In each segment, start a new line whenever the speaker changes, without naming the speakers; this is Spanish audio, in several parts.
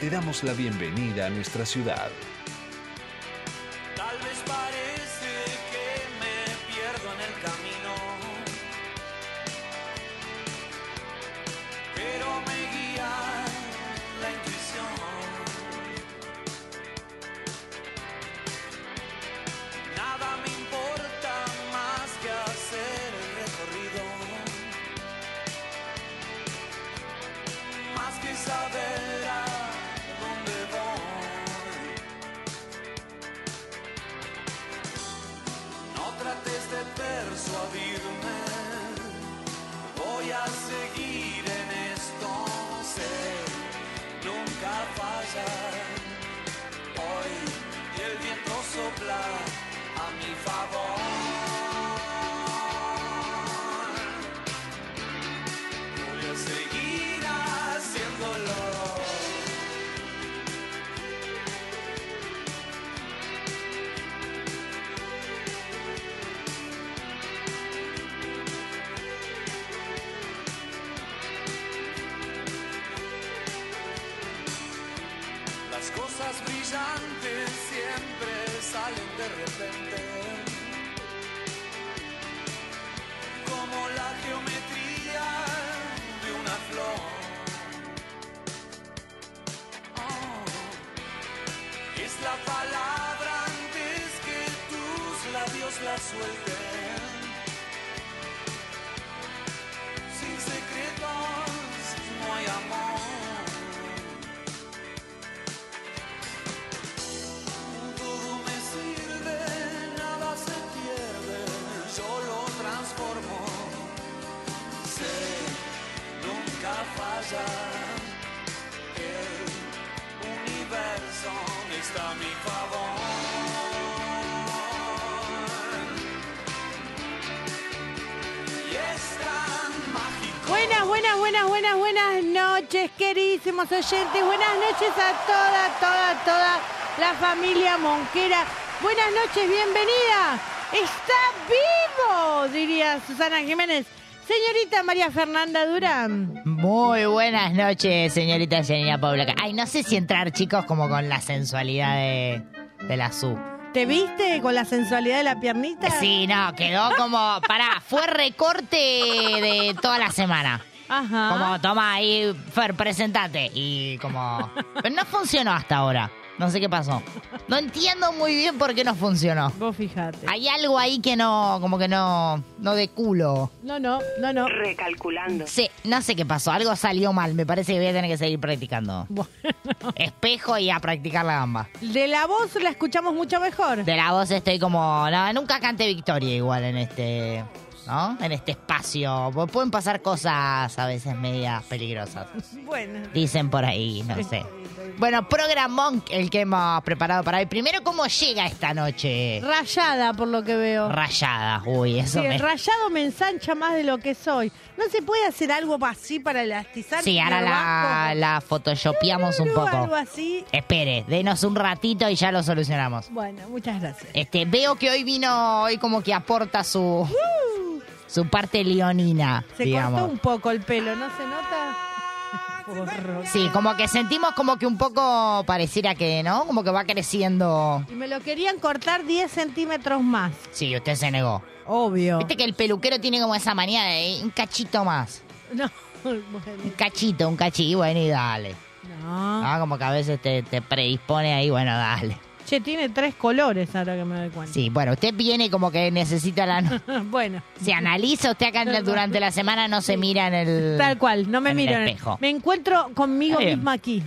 te damos la bienvenida a nuestra ciudad.
Tal vez parece que me pierdo en el camino, pero me guía la intuición. Nada me importa más que hacer el recorrido, más que saber a dónde voy. No trates de persuadirme, voy a seguir en esto, sé, nunca falla. Hoy y el viento sopla a mi favor. Voy a seguir haciéndolo. Las cosas brillantes siempre salen de repente. Como la geometría de una flor. Oh, es la palabra antes que tus labios la suelten. Sin secretos no hay amor. Todo me sirve, nada se pierde, yo lo transformo. Sé, nunca falla. El universo está a mi favor. Y es tan mágico.
Buenas, buenas, buenas, buenas, buenas noches, queridísimos oyentes. Buenas noches a toda, toda, toda la familia Monquera. Buenas noches, bienvenida. Está vivo, diría Susana Jiménez. Señorita María Fernanda Durán.
Muy buenas noches, señorita Janina Paula. Ay, no sé si entrar, chicos, como con la sensualidad de, de la SU.
¿Te viste con la sensualidad de la piernita?
Sí, no, quedó como. Pará, fue recorte de toda la semana.
Ajá.
Como, toma ahí, Fer, presentate. Y como. Pero no funcionó hasta ahora. No sé qué pasó. No entiendo muy bien por qué no funcionó.
Vos fijate.
Hay algo ahí que no. Como que no. No de culo.
No, no, no, no.
Recalculando.
Sí, no sé qué pasó. Algo salió mal. Me parece que voy a tener que seguir practicando. Espejo y a practicar la gamba.
De la voz la escuchamos mucho mejor.
De la voz estoy como. No, Ah, nunca cante victoria igual en este. ¿No? En este espacio. Porque Pueden pasar cosas a veces medias peligrosas.
Bueno.
Dicen por ahí, no sé. Bueno, programón el que hemos preparado para hoy. Primero, ¿cómo llega esta noche?
Rayada, por lo que veo.
Rayada. Uy, eso
Sí,
me.
rayado me ensancha más de lo que soy. ¿No se puede hacer algo así para elastizar?
Sí, ahora
los
la,
bancos?
la photoshopeamos un
Claro, Algo
poco.
así.
Espere, denos un ratito y ya lo solucionamos.
Bueno, muchas gracias.
Este, veo que hoy vino, hoy como que aporta su,
Uh,
su parte leonina,
se
digamos.
cortó un poco el pelo, ¿no se nota? Porro.
Sí, como que sentimos como que un poco pareciera que, ¿no? Como que va creciendo.
Y me lo querían cortar 10 centímetros más.
Sí, usted se negó.
Obvio.
Viste que el peluquero tiene como esa manía de un cachito más.
No, bueno.
Un cachito, un cachito, y bueno, y dale.
No.
Ah, como que a veces te, te predispone ahí, bueno, dale.
Che, tiene tres colores ahora que me doy cuenta.
Sí, bueno, usted viene como que necesita la... no-
bueno.
Se analiza usted acá en- durante la semana, no se mira en el...
Tal cual, no me
en el
miro. en el-
espejo.
Me encuentro conmigo
Está bien.
misma aquí.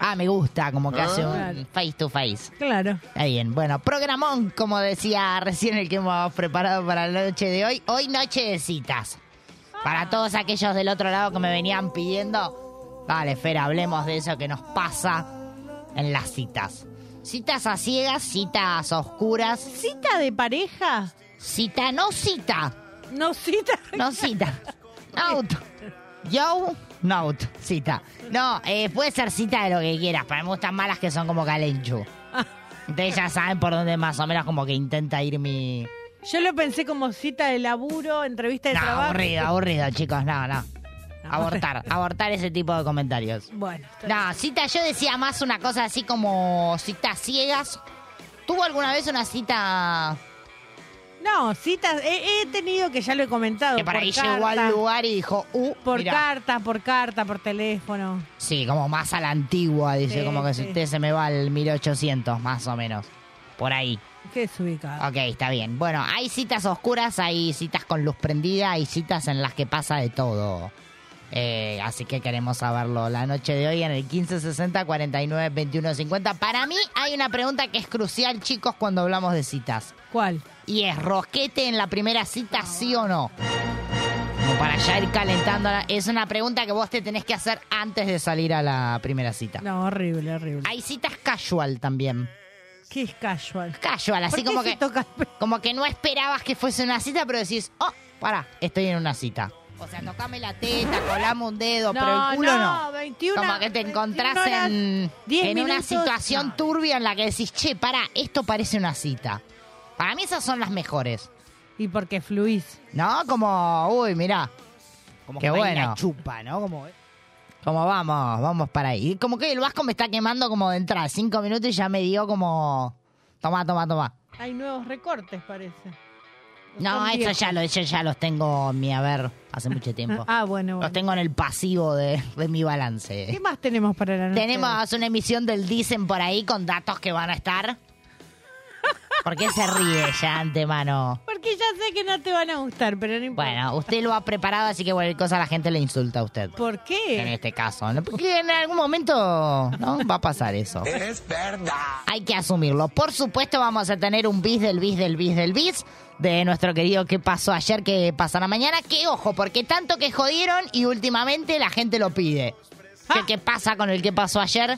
Ah, me gusta, como que hace
Claro.
un face to face.
Claro.
Está bien, bueno, programón, como decía recién el que hemos preparado para la noche de hoy. Hoy noche de citas. Para todos aquellos del otro lado que me venían pidiendo, dale, Fer, hablemos de eso que nos pasa. en las citas. Citas a ciegas, citas a oscuras,
¿Cita de pareja?
cita no cita,
No cita.
no cita, out, yo, out, cita. No, eh, puede ser cita de lo que quieras, para mí me gustan malas que son como calenchu.
Ah.
Ustedes ya saben por dónde más o menos como que intenta ir mi...
Yo lo pensé como cita de laburo, entrevista de
No,
trabajo.
aburrido, aburrido, chicos, no, no. Abortar, abortar ese tipo de comentarios.
Bueno, está bien.
No, cita, yo decía más una cosa así como citas ciegas. ¿Tuvo alguna vez una cita
no, citas. He, he tenido que ya lo he comentado.
que para
por
ahí llegó
carta,
al lugar y dijo, uh,
Por
mirá.
carta, por carta, por teléfono.
Sí, como más a la antigua, dice,
Sí,
como que
sí.
si usted se me va al 1800, más o menos. Por ahí.
Qué desubicado.
Ok, está bien. Bueno, hay citas oscuras, hay citas con luz prendida, hay citas en las que pasa de todo. Eh, así que queremos saberlo la noche de hoy en el 1560 49 21 50. Para mí hay una pregunta que es crucial, chicos, cuando hablamos de citas.
¿Cuál?
Y es, ¿rosquete en la primera cita sí o no? Como para ya ir calentando. la- Es una pregunta que vos te tenés que hacer antes de salir a la primera cita.
No, horrible, horrible.
Hay citas casual también.
Qué es casual.
Casual,
¿Por
así
qué
como
se
que...
toca-
Como que no esperabas que fuese una cita, pero decís, oh, pará, estoy en una cita. O sea, tocame la teta, colame un dedo, pero el culo no.
21,
Como que te
21
encontrás
horas,
en,
10
en una
minutos,
situación
no.
turbia en la que decís, che, pará, esto parece una cita. Para mí esas son las mejores,
Y porque fluís.
¿no? Como, uy, mirá. Como
que va y la
chupa, ¿no? Como, eh. como vamos, vamos para ahí. Y como que el Vasco me está quemando como de entrada, cinco minutos y ya me dio como, toma, toma, toma.
Hay nuevos recortes, parece.
No,
Son
eso
viejos.
ya, lo, yo ya los tengo en mi haber hace mucho tiempo.
Ah, bueno,
Los
bueno.
tengo en el pasivo de, de mi
¿Qué
balance.
más tenemos para la noche?
Tenemos una emisión del Dicen por ahí con datos que van a estar. ¿Por qué se ríe ya antemano?
Porque ya sé que no te van a gustar, pero no importa.
Bueno, usted lo ha preparado, así que cualquier cosa la gente le insulta a usted.
¿Por
En
qué?
este caso, ¿no? porque en algún momento ¿no? va a pasar eso.
Es verdad.
Hay que asumirlo. Por supuesto, vamos a tener un bis del bis del bis del bis de nuestro querido que pasó ayer, que pasará mañana. Que ojo, porque tanto que jodieron y últimamente la gente lo pide.
Ah. Eh.
Que ¿Qué pasa con el que pasó ayer?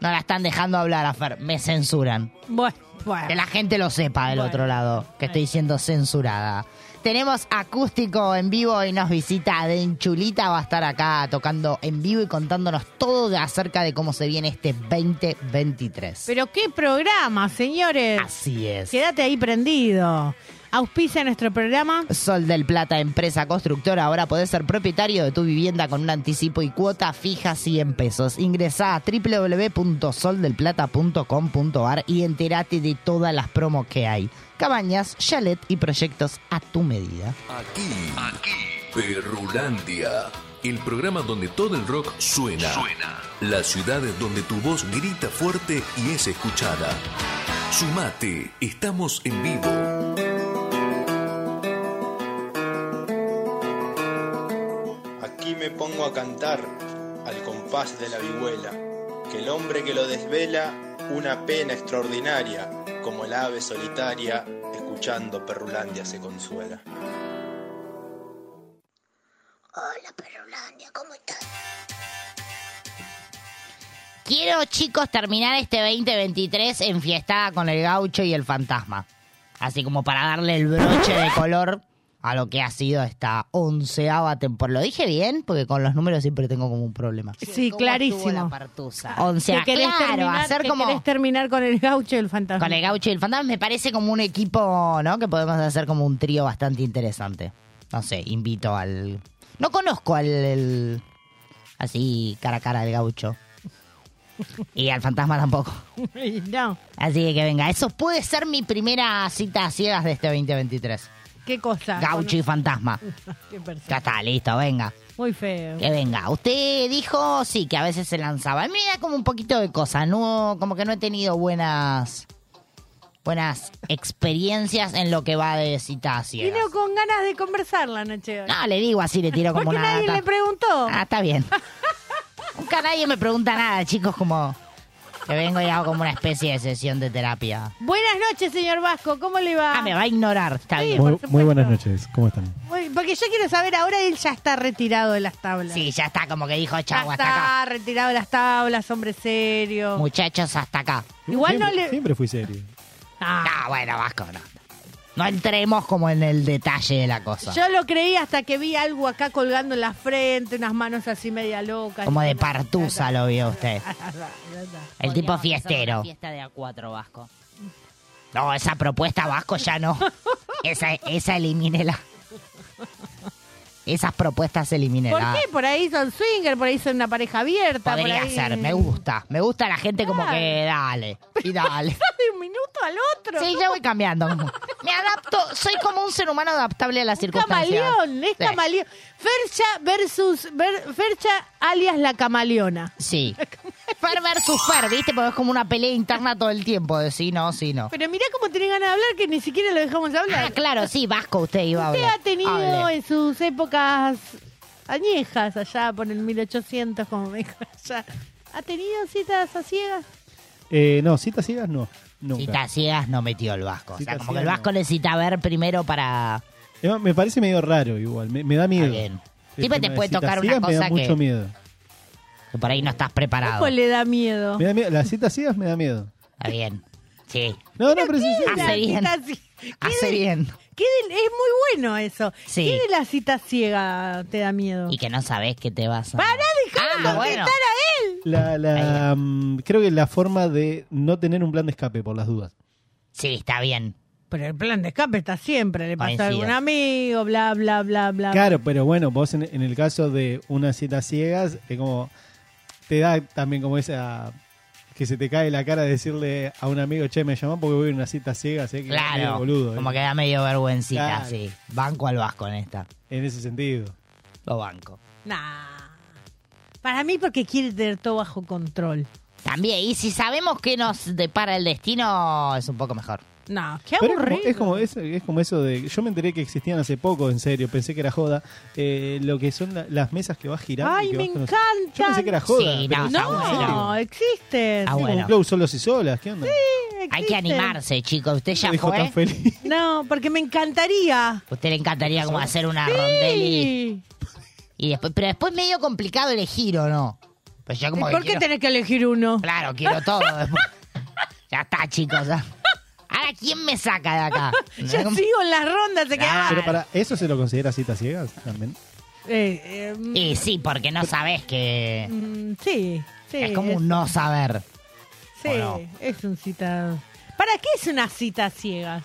No la están dejando hablar a Fer. Me censuran.
Bueno, bueno.
Que la gente lo sepa del
Bueno.
otro lado, que estoy siendo censurada. Tenemos acústico en vivo y nos visita Denchulita. Va a estar acá tocando en vivo y contándonos todo de acerca de cómo se viene este 2023.
Pero qué programa, señores.
Así es.
Quédate ahí prendido. Auspicia nuestro programa.
Sol del Plata, empresa constructora, ahora podés ser propietario de tu vivienda con un anticipo y cuota fija 100 pesos. Ingresá a www.soldelplata.com.ar y entérate de todas las promos que hay. Cabañas, chalet y proyectos a tu medida.
Aquí, aquí, Perrulandia. El programa donde todo el rock suena. Suena. Las ciudades donde tu voz grita fuerte y es escuchada. Sumate, estamos en vivo.
Aquí me pongo a cantar al compás de la vihuela, que el hombre que lo desvela una pena extraordinaria, como el ave solitaria escuchando Perrulandia se consuela.
Hola, Perulandia, ¿cómo estás?
Quiero, chicos, terminar este 2023 enfiestada con el gaucho y el fantasma. Así como para darle el broche de color a lo que ha sido esta onceava temporada. Lo dije bien, porque con los números siempre tengo como un problema.
Sí, clarísimo.
Onceava,
Que querés
claro,
terminar-
hacer
que
como...
querés terminar con el gaucho y el fantasma.
Con el gaucho y el fantasma me parece como un equipo, ¿no? Que podemos hacer como un trío bastante interesante. No sé, invito al... No conozco al... el- Así, cara a cara al gaucho. Y al fantasma tampoco.
no,
Así que, que venga, eso puede ser mi primera cita a ciegas de este 2023.
qué cosa.
Gaucho y fantasma.
Qué persona.
Ya está, listo, venga.
Muy feo.
Que venga. Usted dijo, sí, que a veces se lanzaba. A mí me da como un poquito de cosa. No, como que no he tenido buenas buenas experiencias en lo que va de cita a ciegas.
Vino con ganas de conversar la noche. hoy.
No, le digo así, le tiro como
Porque
una
nadie
data.
le preguntó.
Ah, está bien. Nunca nadie me pregunta nada, chicos, como... Que vengo y hago como una especie de sesión de terapia.
Buenas noches, señor Vasco, ¿cómo le va?
Ah, me va a ignorar, está
Sí.
bien.
por
Muy,
supuesto.
muy buenas noches, ¿cómo están?
Muy- Porque yo quiero saber, ahora él ya está retirado de las tablas.
Sí, ya está, como que dijo
ya
chau, hasta acá.
está retirado de las tablas, hombre serio.
Muchachos, hasta acá.
Igual no
Siempre-
le...
Siempre fui serio.
Ah,
Ah, bueno, Vasco, no. No entremos como en el detalle de la cosa.
yo lo creí hasta que vi algo acá colgando en la frente, unas manos así media locas.
Como de
Ya está,
partusa lo vio usted.
ya está, ya está.
El tipo fiestero.
fiesta de A4, Vasco.
No, esa propuesta Vasco ya no. Esa, esa elimínela. Esas propuestas
¿Por
elimínela.
qué? Por ahí son swinger, por ahí son una pareja abierta. por
Podría
ahí-
ser, me gusta. Me gusta la gente como
Claro.
que dale. Y dale.
De un minuto al otro.
Sí, yo voy cambiando. como- Me adapto, soy como un ser humano adaptable a las circunstancias.
Camaleón, es
Sí.
camaleón. Fercha versus. ver- Fercha alias la camaleona.
Sí. Fer versus Fer, ¿viste? Porque es como una pelea interna todo el tiempo de sí, no, sí, no.
Pero mirá cómo tenés ganas de hablar que ni siquiera lo dejamos
Ah,
hablar.
claro, sí, Vasco, usted iba a
Usted
hablar.
ha tenido
Hable.
en sus épocas añejas, allá por el 1800, como me dijo allá. ¿Ha tenido citas a ciegas?
Eh, no, citas ciegas no, nunca.
Citas ciegas no metió el Vasco. O sea,
Citas
como que el
ciegas
Vasco
no.
necesita ver primero para...
Además, me parece medio raro igual, me, me da miedo.
bien.
El tema
Siempre te
de
puede
citas
tocar una
ciegas me
cosa
da mucho
que-
miedo.
que por ahí no estás preparado.
¿Cómo le da miedo?
Me da miedo. Las citas ciegas me da miedo.
Está bien. Sí.
No, no, pero sí, sí.
Hace bien.
Cita cie- ¿Qué
Hace
de-
bien.
qué de- es muy bueno eso.
Sí.
¿Qué de la cita ciega te da miedo?
Y que no sabés que te vas a...
¡Para dejarlo
Ah,
contestar
bueno.
a él!
La, la,
Ahí.
mm, creo que la forma de no tener un plan de escape por las dudas.
Sí, está bien.
Pero el plan de escape está siempre, le pasó a
Coincido.
algún amigo, bla, bla, bla,
Ah.
bla.
Claro, pero bueno, vos en, en el caso de una cita ciegas, es como. Te da también como esa. Que se te cae la cara de decirle a un amigo, che, me llamó porque voy a una cita ciegas, ¿eh? que medio
Claro.
boludo. ¿eh?
Como que da medio vergüencita,
Claro.
sí. Banco al Vasco en esta.
En ese sentido.
Lo banco.
Nah. Para mí porque quiere tener todo bajo control.
También, y si sabemos que nos depara el destino, es un poco mejor.
No, qué
Pero es
aburrido.
como- es como, es, es como eso de. Yo me enteré que existían hace poco, en serio, pensé que era joda. eh, lo que son la- las mesas que vas girando. y
Ay,
que
me
vas con-
encantan.
Yo pensé que era joda.
Sí,
pero
no,
es en
está
serio.
bueno.
No, existe.
Ah,
Sí, como
bueno.
Clau solos y solas, ¿qué onda?
Hay que animarse, chicos. Usted ya
Me dejó
fue.
tan feliz.
No, porque me encantaría.
Usted le encantaría como hacer una rondeli.
Sí.
Y después, pero después medio complicado elegir o no. Pues yo
¿Y
como que
¿Por qué
quiero-
tenés que elegir uno?
Claro, quiero todo después. ya está, chicos. ya. Ahora, ¿quién me saca de acá?
Ya sigo en las rondas, se quedaba.
Pero para eso se lo considera citas ciegas también.
Eh, eh, mm,
Y sí, porque no sabes que.
mm, sí, sí.
Es como un no saber.
Sí,
¿o no?
es un cita. ¿Para qué es una cita ciega?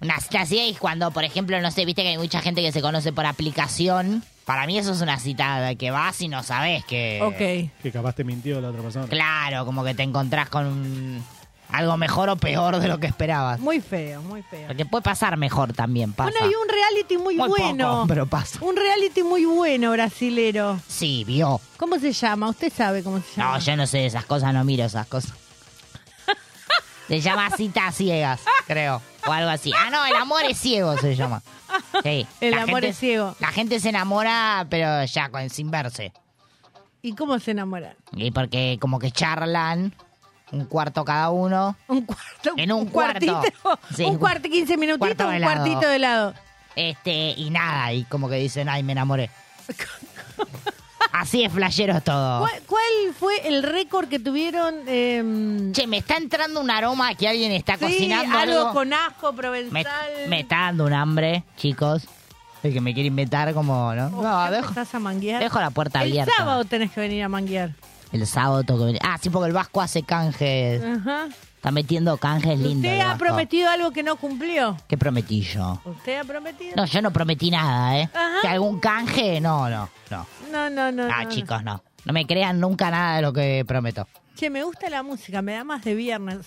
Una cita ciega es cuando, por ejemplo, no sé, viste que hay mucha gente que se conoce por aplicación. Para mí eso es una cita de que vas y no sabes que...
Ok.
Que capaz te mintió la otra persona.
Claro, como que te encontrás con un- algo mejor o peor de lo que esperabas.
Muy feo, muy feo.
Porque puede pasar mejor también, pasa.
Bueno, hay un reality muy,
Muy poco,
bueno.
pero pasa.
Un reality muy bueno brasilero.
Sí, vio.
¿Cómo se llama? Usted sabe cómo se llama.
No, yo no sé de esas cosas, no miro esas cosas. Se llama citas ciegas, creo. O algo así. Ah, no, el amor es ciego se llama. Sí.
El
la
amor
gente-
es ciego.
La gente se enamora, pero ya con- sin verse.
¿Y cómo se enamoran?
Y porque como que charlan un cuarto cada uno.
Un cuarto.
En un
cuartito.
cuarto. Sí,
un
un-
cuarto, 15 minutitos,
cuarto de
un
helado.
cuartito de helado.
Este, y nada, y como que dicen, ay, me enamoré. Así es flashero todo.
¿Cuál, cuál fue el récord que tuvieron? em,
Che, me está entrando un aroma a que alguien está
sí,
cocinando
algo,
algo.
con ajo
me,
provenzal.
me está dando un hambre, chicos. El que me quiere invitar como, ¿no? No,
Oh, ¿qué me
dejo,
¿Estás a manguear?
dejo la puerta
el
abierta.
sábado tenés que venir a manguear.
El sábado tengo que venir. Ah, sí, porque el Vasco hace canjes.
Ajá.
Está metiendo canjes lindos.
Usted
el
ha
Vasco.
prometido algo que no cumplió.
¿Qué prometí yo?
¿Usted ha prometido?
No, yo no prometí nada, ¿eh?
Ajá.
¿Que algún canje? No, no, no.
no, no. no,
Ah,
no.
chicos, no. No me crean nunca nada de lo que prometo.
Che, me gusta la música, me da más de viernes.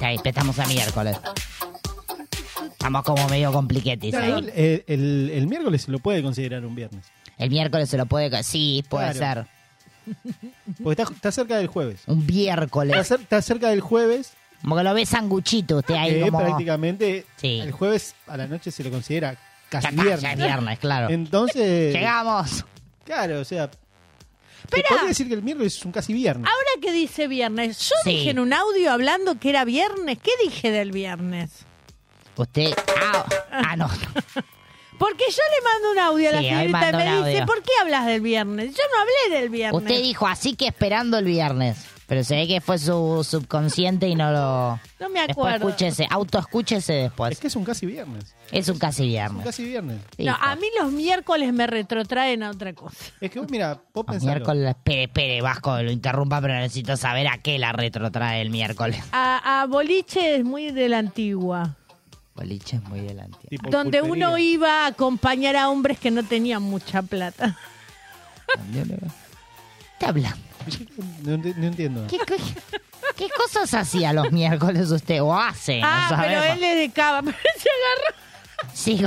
Ya, empezamos a miércoles. Estamos como medio compliquetis.
Claro,
ahí.
igual, eh, el, el miércoles se lo puede considerar un viernes.
El miércoles se lo puede... ca- Sí, puede
Claro.
ser.
Porque está, está cerca del jueves.
Un
Está,
miércoles.
cer- está cerca del jueves,
Como que lo ve sanguchito usted ahí
que
como...
prácticamente
Sí.
el jueves a la noche se lo considera
Ya
casi
está,
viernes.
ya es viernes, claro.
Entonces,
Llegamos.
claro, o sea, Te
Esperá.
podría decir que el miércoles es un casi viernes.
Ahora que dice viernes, yo
Sí.
dije en un audio hablando que era viernes. ¿Qué dije del viernes?
Usted. Ah, ah, no.
Porque yo le mando un audio a la
Sí, hoy
señorita y
mandó
me
un
dice,
audio.
¿por qué hablas del viernes? Yo no hablé del viernes.
Usted dijo así que esperando el viernes. Pero se ve que fue su subconsciente y no lo.
No me
Después
acuerdo.
escúchese, autoescúchese
Es
después.
que es un casi viernes.
Es un casi
Es un
viernes.
casi viernes.
No,
Dijo.
a mí los miércoles me retrotraen a otra cosa.
Es que vos, mira, vos
Los
pensalo.
miércoles, espere, espere, Vasco, lo interrumpa, pero necesito saber a qué la retrotrae el miércoles.
A, a boliche es muy de la antigua,
Boliche es muy delante.
tipo
donde
pulpería.
uno iba a acompañar a hombres que no tenían mucha plata.
¿Qué habla?
No, ent- no entiendo.
¿Qué, qué, qué cosas hacía los miércoles usted? ¿O hace? No
ah, pero
sabemos.
él es de Cava, pero se agarró.
Sí,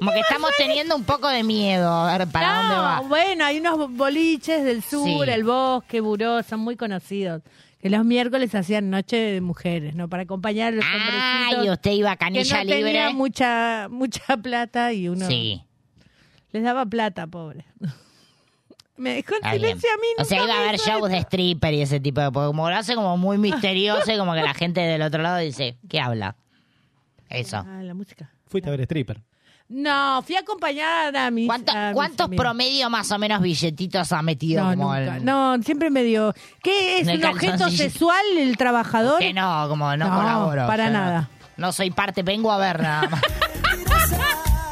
como que estamos teniendo un poco de miedo. A ver, ¿para
No,
dónde va?
Bueno, hay unos boliches del sur,
Sí.
el bosque, Buró, son muy conocidos. Que los miércoles hacían noche de mujeres, ¿no? Para acompañar a los
Ah, y
hombrecitos
usted iba a
que
canilla
no
libre.
tenía mucha, mucha plata y uno
Sí,
les daba plata, pobre. Me dejó el
está bien.
silencio a mí.
O sea, iba
nunca
a
me
haber
hizo
shows
eso.
de stripper y ese tipo de... Porque como lo hace como muy misterioso y como que la gente del otro lado dice, ¿qué habla? Eso.
Ah, la música.
Fuiste a ver stripper.
No, fui a acompañar a mis.
¿Cuánto-
a mis
¿Cuántos
amigos.
promedio más o menos billetitos ha metido?
No,
como
nunca.
el-
no, siempre me dio. ¿Qué es
En el
un objeto
calzoncillo.
sexual el trabajador?
Que no, como no,
No,
colaboro.
para
Yo no-
nada.
No, soy parte, vengo a ver nada más.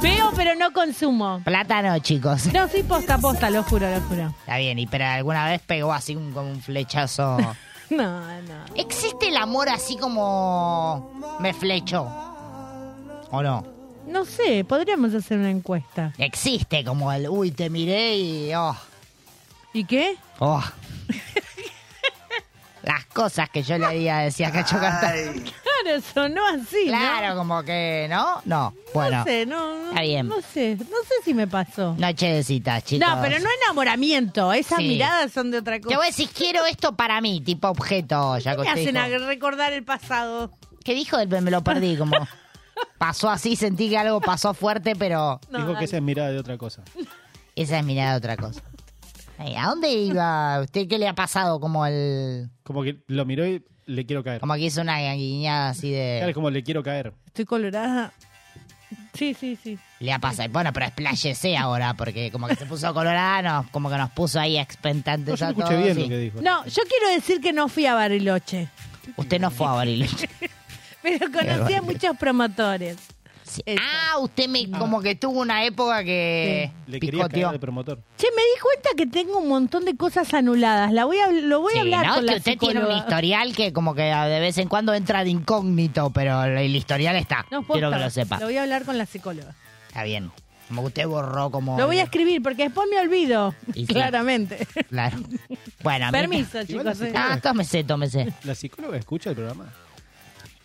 Veo, pero no consumo.
Plátano, chicos.
No, soy posta posta, lo juro, lo juro.
Está bien, y pero alguna vez pegó así un, como un flechazo.
No, no.
¿Existe el amor así como me flecho? ¿O no?
No sé, podríamos hacer una encuesta.
Existe como el, uy, te miré y... Oh,
¿Y qué?
oh. Las cosas que yo le haría, decía Cacho Cartagena.
Claro, sonó así. ¿no?
Claro, como que, ¿no? No, bueno.
No sé, no. no-
Está bien.
No sé, no sé si me pasó.
Noche de citas, chicos.
No, pero no enamoramiento. Esas
Sí.
miradas son de otra
Te
cosa.
voy a decir, quiero esto para mí, tipo objeto, ya
¿Qué me hacen
dijo.
a recordar el pasado?
¿Qué dijo? Me lo perdí, como... Pasó así, sentí que algo pasó fuerte, pero...
No,
Dijo
dale.
que esa es mirada de otra cosa.
Esa es mirada otra cosa. Ay, ¿A dónde iba? ¿Usted qué le ha pasado? Como el.
Como que lo miró y le quiero caer.
Como que hizo una guiñada así
Claro,
de.
es como le quiero caer.
Estoy colorada. Sí, sí, sí.
Le ha pasado. Bueno, pero expláyese ahora, porque como que se puso colorada, nos- como que nos puso ahí expectantes
No, yo
a
no escuché
todos,
bien
sí.
lo que dijo.
No, yo quiero decir que no fui a Bariloche,
Usted no fue a Bariloche.
pero conocí a muchos promotores.
Sí.
Eso.
Ah, usted me, como que tuvo una época que
Le quería
picoteó.
caer de promotor.
Che, me di cuenta que tengo un montón de cosas anuladas. La voy a, lo voy
Sí,
a hablar
no,
con
es
la
que usted tiene un
psicóloga.
historial que como que de vez en cuando entra de incógnito, pero el historial está.
No, posta,
Quiero que lo sepa.
Lo voy a hablar con la psicóloga.
Está bien. Como que usted borró como...
Lo voy a escribir porque después me olvido,
Y sí.
claramente.
Claro. Bueno, a mí-
Permiso,
Igual la
chicos. eh.
Ah, tómese, tómese.
¿La psicóloga escucha el programa?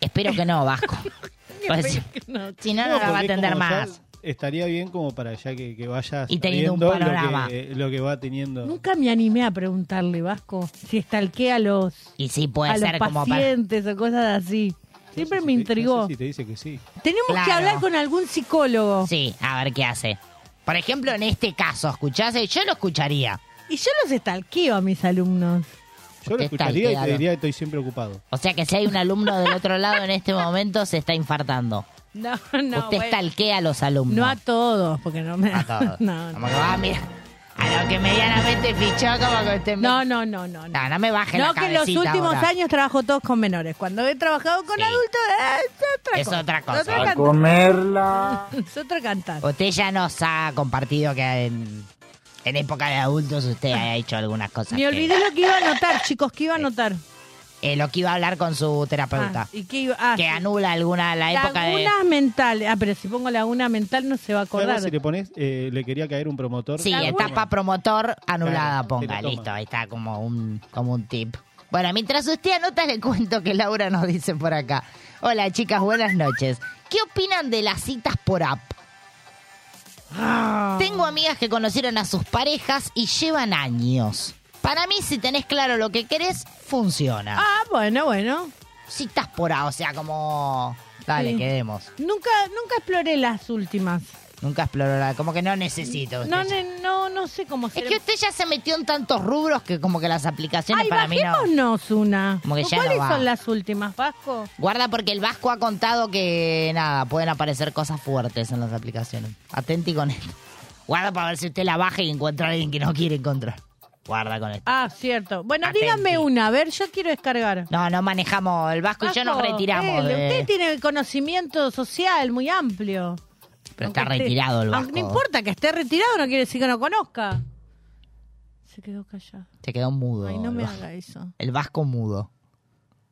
Espero que no, Vasco. Pues, si-
No,
si no, no la va a
porque
atender
como
más.
ya Estaría bien como para ya que, que vayas
Y teniendo un
viendo lo
panorama.
que, lo que va teniendo.
Nunca me animé a preguntarle, Vasco, si estalquea a los,
Y sí, puede
a los
ser como para...
pacientes o cosas así. Siempre
No sé
me
si te-
intrigó.
No sé si te dice que sí.
Tenemos que
Claro.
hablar con algún psicólogo.
Sí, a ver qué hace. Por ejemplo, en este caso, ¿escuchase? Yo lo escucharía.
Y yo los estalqueo a mis alumnos.
Yo lo
Usted está
escucharía y te
alterado.
diría que estoy siempre ocupado.
O sea que si hay un alumno del otro lado en este momento, se está infartando.
No, no.
Usted
bueno.
stalkea a los alumnos.
No a todos, porque no me.
A todos.
No,
Como
no.
que, ah, mira, a lo que medianamente fichó, como que usted... me-
No, no, no, no. No,
No, no me baje la
No, que en los
cabecita
últimos
ahora.
años trabajo todos con menores. Cuando he trabajado con
Sí.
adultos, eh, es otra
Es
cosa.
otra cosa. A
cantar.
comerla.
Es otra cantar.
Usted ya nos ha compartido que en, en época de adultos usted ha hecho algunas cosas.
Me
que-
olvidé lo que iba a anotar, chicos, que iba a anotar.
eh, lo que iba a hablar con su terapeuta.
Ah, y que iba. Ah,
que
sí.
anula alguna la época de.
Lagunas mentales. Ah, pero si pongo laguna mental no se va a acordar.
Además, si le pones, eh, le quería caer un promotor.
Sí,
Laguna.
etapa promotor anulada,
Claro, se
ponga.
lo toma.
Listo, ahí está como un, como un tip. Bueno, mientras usted anota, le cuento que Laura nos dice por acá. Hola, chicas, buenas noches. ¿Qué opinan de las citas por app?
Ah.
Tengo amigas que conocieron a sus parejas y llevan años. Para mí, si tenés claro lo que querés, funciona.
Ah, bueno, bueno.
Citas por app, o sea, como... Dale,
Sí.
quedemos.
Nunca, nunca exploré las últimas.
Nunca exploró la... Como que no necesito. usted
No,
ya.
ne- no, no sé cómo se
Es que usted ya se metió en tantos rubros que como que las aplicaciones
Ay,
para mí no...
bajémonos una.
Como que ya
¿Cuáles
no va.
son las últimas, Vasco?
Guarda porque el Vasco ha contado que nada, pueden aparecer cosas fuertes en las aplicaciones. Atenti con esto. Guarda para ver si usted la baja y encuentra a alguien que no quiere encontrar. Guarda con esto.
Ah, cierto. Bueno,
Atenti.
díganme una. A ver, yo quiero descargar.
No, no manejamos. El Vasco, y yo nos
Vasco,
retiramos.
él,
de-
Usted tiene conocimiento social muy amplio.
Pero está
Aunque esté-
retirado el Vasco.
aunque- No importa que esté retirado, no quiere decir que no conozca. Se quedó callado.
Se quedó mudo.
Ay, no me
el, vasco.
haga eso.
El Vasco mudo.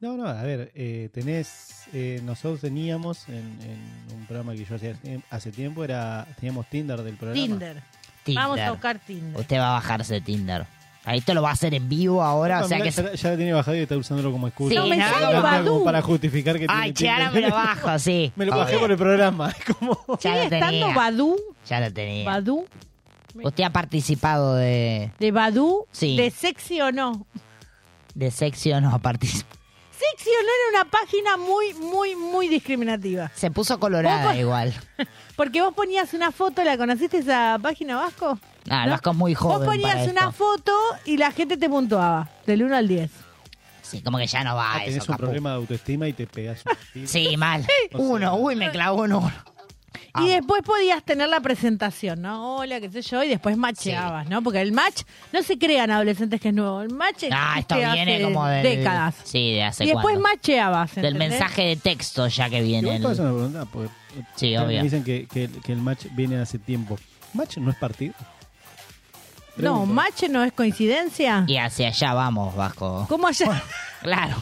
No, no, a ver, eh, tenés, eh, nosotros teníamos en, en un programa que yo hacía hace tiempo, era teníamos Tinder del programa.
Tinder.
Tinder.
Vamos a buscar Tinder.
Usted va a bajarse Tinder. Ahí esto lo va a hacer en vivo ahora,
Ah,
o sea
mirá,
que...
ya, ya lo tiene bajado y está usándolo como excusa.
Sí, No, me no, sale
Como
Badoo.
para justificar que
Ay,
tiene
che, ahora me
Tinder.
lo bajo, sí.
Me lo bajé por el programa. es como-
Ya
¿Sigue
lo
estando
tenía.
Badú?
Ya lo tenía.
Badú.
Usted ha participado de...
¿De Badú?
Sí.
¿De sexy o no?
De sexy o no ha participado.
Sexy o no era una página muy, muy, muy discriminativa.
Se puso colorada
Vos-
igual.
Porque vos ponías una foto, ¿la conociste esa página Vasco?
Ah, el
¿No?
Vasco es muy joven.
Vos
para
ponías
esto.
una foto y la gente te puntuaba, del 1 al 10.
Sí, como que ya no va
Ah,
eso,
tenés un
capú.
problema de autoestima y te pegás un tiro.
Sí, mal. Uno, uy, me clavó en uno. Ah,
Y después podías tener la presentación, ¿no? Hola, qué sé yo, y después macheabas, ¿no? Porque el match, no se crean adolescentes que es nuevo, el match
ah, esto
existe
viene
hace
como de
décadas.
Sí, de hace
y después
cuándo.
macheabas,
Del
¿entendés?
mensaje de texto ya que
Igual
viene. el-
todo eso es una pregunta, porque eh,
Sí,
me
obvio.
dicen que, que el- que el match viene hace tiempo. ¿Match no es partido?
No,
Pregunto.
match no es coincidencia.
Y hacia allá vamos, Vasco.
¿Cómo allá?
Claro,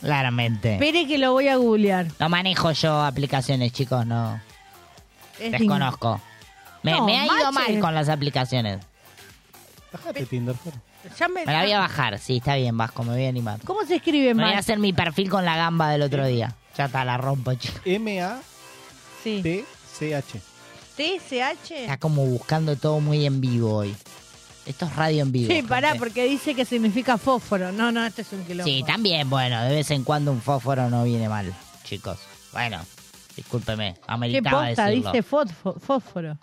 claramente.
Espere que lo voy a googlear.
No manejo yo aplicaciones, chicos, no.
Es
Desconozco. Me,
No,
me ha ido
Match
mal
es-
con las aplicaciones.
Bajate Tinder, fuera.
ningún- ya me-
Me la voy a bajar, sí, está bien, Vasco, me voy a animar.
¿Cómo se escribe
Me voy a
match?
hacer mi perfil con la gamba del otro día. Ya está, la rompo, chicos.
Sí.
M-A-T-C-H.
TSH.
Está como buscando todo muy en vivo hoy. Esto es radio en vivo.
Sí, pará,
gente.
porque dice que significa fósforo. No, no, este es un quilombo.
Sí, también, bueno, de vez en cuando un fósforo no viene mal, chicos. Bueno, discúlpeme,
¿Qué
ameritaba
posta?
decirlo.
Dice fósfo- fósforo.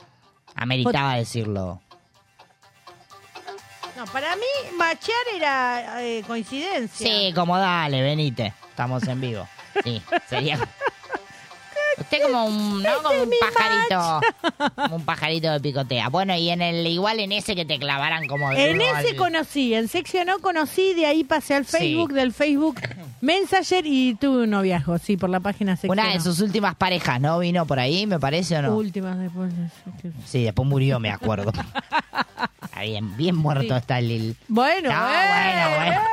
Ameritaba decirlo.
No, para mí, machear era eh, coincidencia.
Sí, Eh, como dale, venite. Estamos en vivo. Sí, sería. Usted como un,
Este
¿no? como un pajarito. Como un pajarito de picotea. Bueno, y en el igual en ese que te clavaran como de
En
uno
ese
al-
conocí, en sexo no conocí, de ahí pasé al
Sí.
Facebook, del Facebook Messenger y tuve un noviazgo, sí, por la página sexo.
Una de
no.
sus últimas parejas, ¿no? Vino por ahí, me parece, ¿o no?
últimas después. de Sexy No.
Sí, después murió, me acuerdo. Está bien, bien muerto
Sí.
está Lil.
Bueno,
No,
eh,
bueno, bueno.
eh.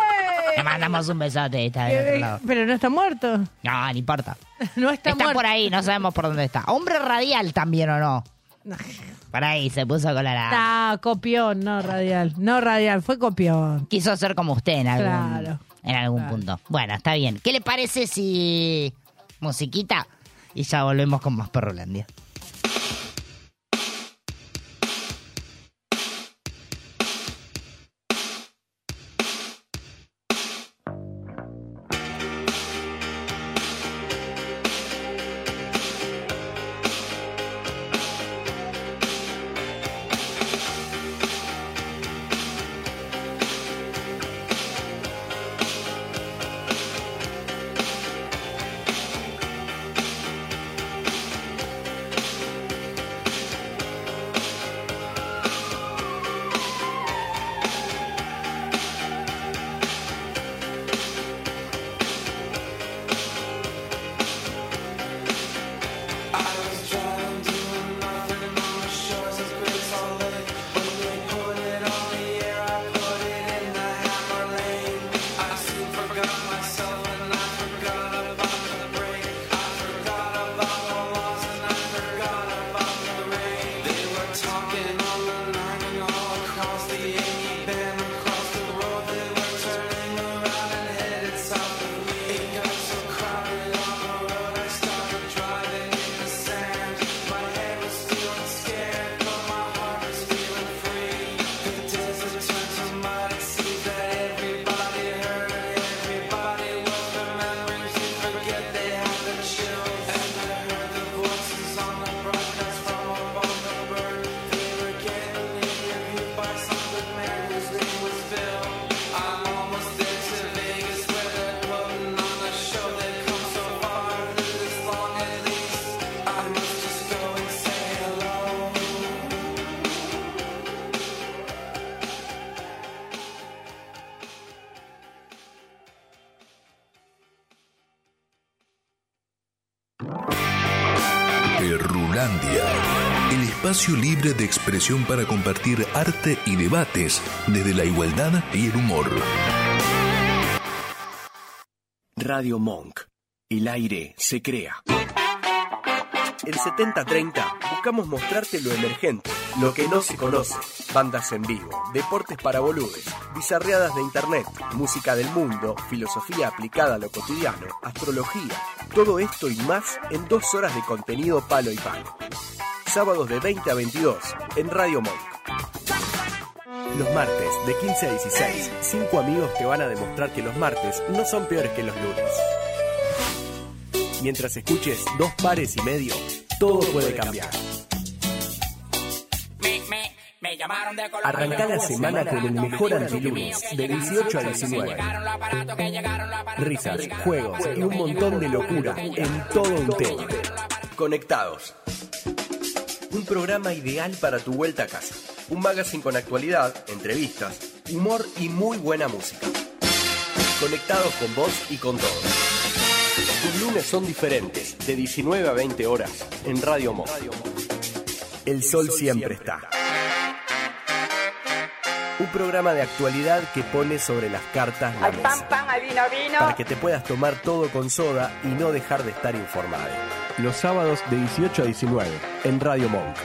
Le mandamos un besote, está Ah, del
Eh,
otro lado.
Pero no está muerto.
No, no importa.
No está,
Está,
muerto.
por ahí, no sabemos por dónde está. Hombre radial también o no. Por ahí se puso colorado.
Ah, copión, no radial. No radial, fue copión.
Quiso ser como usted en algún,
Claro.
en algún
Claro.
punto. Bueno, está bien. ¿Qué le parece si musiquita? Y ya volvemos con más Perrolandia.
Perrolandia, el espacio libre de expresión para compartir arte y debates desde la igualdad y el humor.
Radio Monk. El aire se crea.
En 7030 buscamos mostrarte lo emergente, lo que no se conoce. Bandas en vivo, deportes para boludes, bizarreadas de internet, música del mundo, filosofía aplicada a lo cotidiano, astrología. Todo esto y más en dos horas de contenido palo y palo. Sábados de 20 a 22 en Radio Monk. Los martes, de 15 a 16, cinco amigos te van a demostrar que los martes no son peores que los lunes. Mientras escuches dos pares y medio, todo puede cambiar. Arranca la semana con el mejor antilunes, Pues, de 18 a 19. Risas, juegos y un montón de locura en todo un tema. Conectados. Un programa ideal para tu vuelta a casa. Un magazine con actualidad, entrevistas, humor y muy buena música. Conectados con vos y con todos. Tus lunes son diferentes, de 19 a 20 horas, en Radio Mo. El sol siempre está. Un programa de actualidad que pone sobre las cartas la mesa,
vino,
para que te puedas tomar todo con soda y no dejar de estar informado. Los sábados de 18 a 19, en Radio Monk.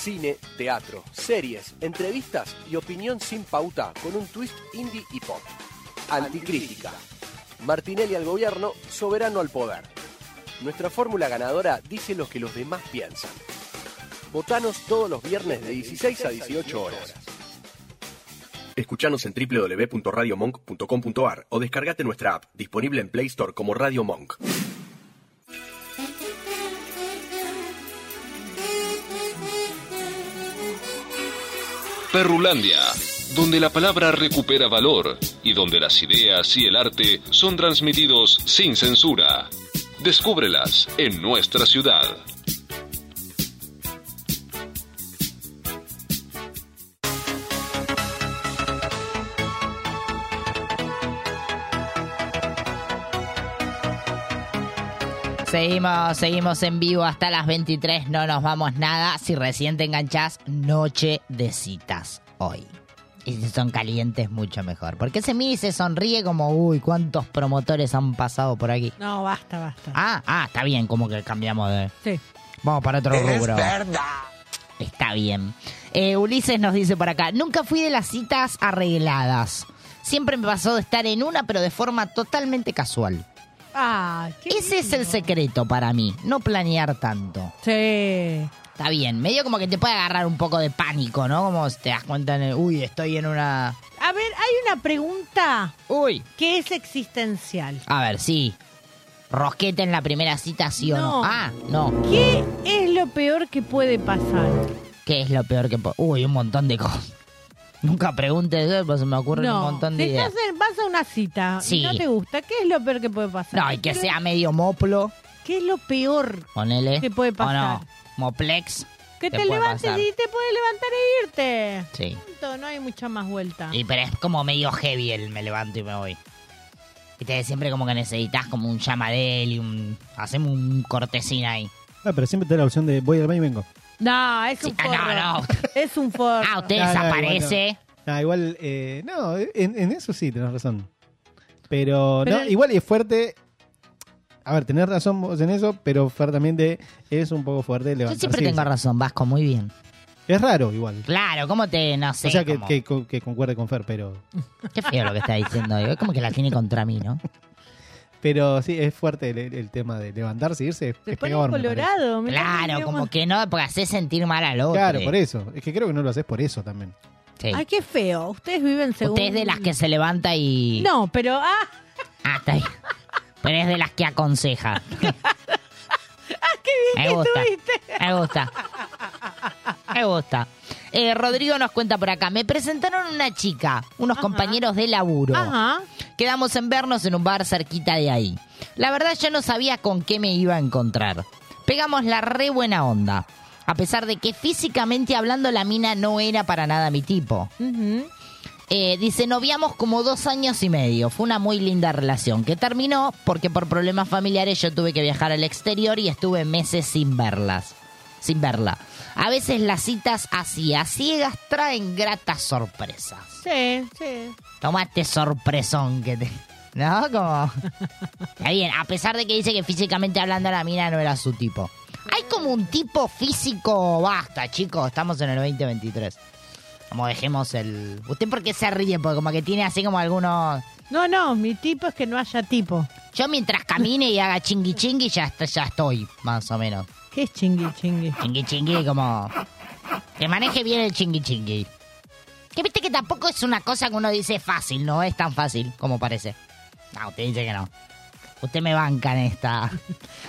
Cine, teatro, series, entrevistas y opinión sin pauta con un twist indie y pop. Anticrítica. Martinelli al gobierno, soberano al poder. Nuestra fórmula ganadora dice lo que los demás piensan. Votanos todos los viernes de 16 a 18 horas. Escuchanos en www.radiomonk.com.ar o descargate nuestra app, disponible en Play Store como Radio Monk.
Perrulandia, donde la palabra recupera valor y donde las ideas y el arte son transmitidos sin censura. Descúbrelas en nuestra ciudad.
Seguimos, seguimos en vivo hasta las 23, no nos vamos nada. Si recién te enganchás, noche de citas hoy. Y si son calientes, mucho mejor. Porque ese mini se sonríe como, uy, cuántos promotores han pasado por aquí.
No, basta, basta.
Ah, ah, está bien, como que cambiamos de...
Sí.
Vamos para otro
Es
rubro. Está bien. Eh, Ulises nos dice por acá, nunca fui de las citas arregladas. Siempre me pasó de estar en una, pero de forma totalmente casual.
Ah, qué
Ese es el secreto para mí, no planear tanto.
Sí.
Está bien, medio como que te puede agarrar un poco de pánico, ¿no? Como te das cuenta, en el, uy, estoy en una...
A ver, hay una pregunta.
Uy.
Que es existencial.
A ver, sí. Rosquete en la primera cita, sí o no.
No.
Ah, no.
¿Qué es lo peor que puede pasar?
¿Qué es lo peor que... po- Uy, un montón de cosas. Nunca preguntes, eh, pues se me ocurren
no,
un montón de
si
ideas.
estás en- vas a una cita
Sí.
y no te gusta, ¿qué es lo peor que puede pasar?
No, y que
Pero,
sea medio moplo,
¿Qué es lo peor?
ponele.
¿Qué puede
O
pasar?
no, moplex.
Que te,
puede
levantes
pasar.
y te puedes levantar e irte.
Sí.
Punto, no hay mucha más vuelta.
Y pero es como medio heavy el me levanto y me voy. Y te siempre como que necesitas como un llamadel y un... Hacemos un cortesín ahí.
Ah, pero siempre te da la opción de voy al baño y vengo.
No, es un
ah,
forro.
no, no.
Es un forro.
Ah, usted
No, no,
desaparece.
No, igual, eh, no, en, en eso sí tenés razón. Pero,
Pero-
no, igual es fuerte. A ver, tenés razón vos en eso, pero Fer también de- es un poco fuerte
Yo
levantar.
siempre
sí,
tengo
sí.
razón, Vasco, muy bien.
Es raro igual.
Claro, ¿cómo te...? No sé.
o sea, que,
como-
que, que concuerde con Fer, pero...
Qué feo lo que está diciendo. hoy. Es como que la tiene contra mí, ¿no?
Pero sí, es fuerte el, el tema de levantarse e irse. es
Te pones
peor, me
colorado. me
Claro,
pone
como
más-
que no, porque hace sentir mal al
parece.
otro.
Claro, por eso. Es que creo que no lo haces por eso también.
Sí.
Ay, qué feo. Ustedes viven según...
Usted es de las que se levanta y...
No, pero... Ah,
Ah, está bien. Pero es de las que aconseja.
Ah, qué bien
Me
que
gusta.
estuviste.
Me gusta. Me gusta. Eh, Rodrigo nos cuenta por acá. Me presentaron una chica, unos compañeros de laburo.
Ajá.
Quedamos en vernos en un bar cerquita de ahí. La verdad yo no sabía con qué me iba a encontrar. Pegamos la re buena onda.
mm-hmm.
A pesar de que físicamente hablando la mina no era para nada mi tipo.
Ujú.
Eh, dice, noviamos como dos años y medio. Fue una muy linda relación que terminó porque por problemas familiares yo tuve que viajar al exterior y estuve meses sin verlas. Sin verla. A veces las citas así, a ciegas, traen gratas sorpresas.
Sí, sí.
Toma este sorpresón que te... ¿No? Como... Está bien, a pesar de que dice que físicamente hablando la mina no era su tipo. Hay como un tipo físico... Basta, chicos, estamos en el 2023. Como dejemos el... ¿Usted por qué se ríe? Porque como que tiene así como algunos...
No, no, mi tipo es que no haya tipo.
Yo mientras camine y haga chingui chingui ya, est- ya estoy, más o menos.
¿Qué es chingui chingui?
Chingui chingui como... Que maneje bien el chingui chingui. Que viste que tampoco es una cosa que uno dice fácil, no es tan fácil como parece. No, usted dice que no. Usted me banca en esta.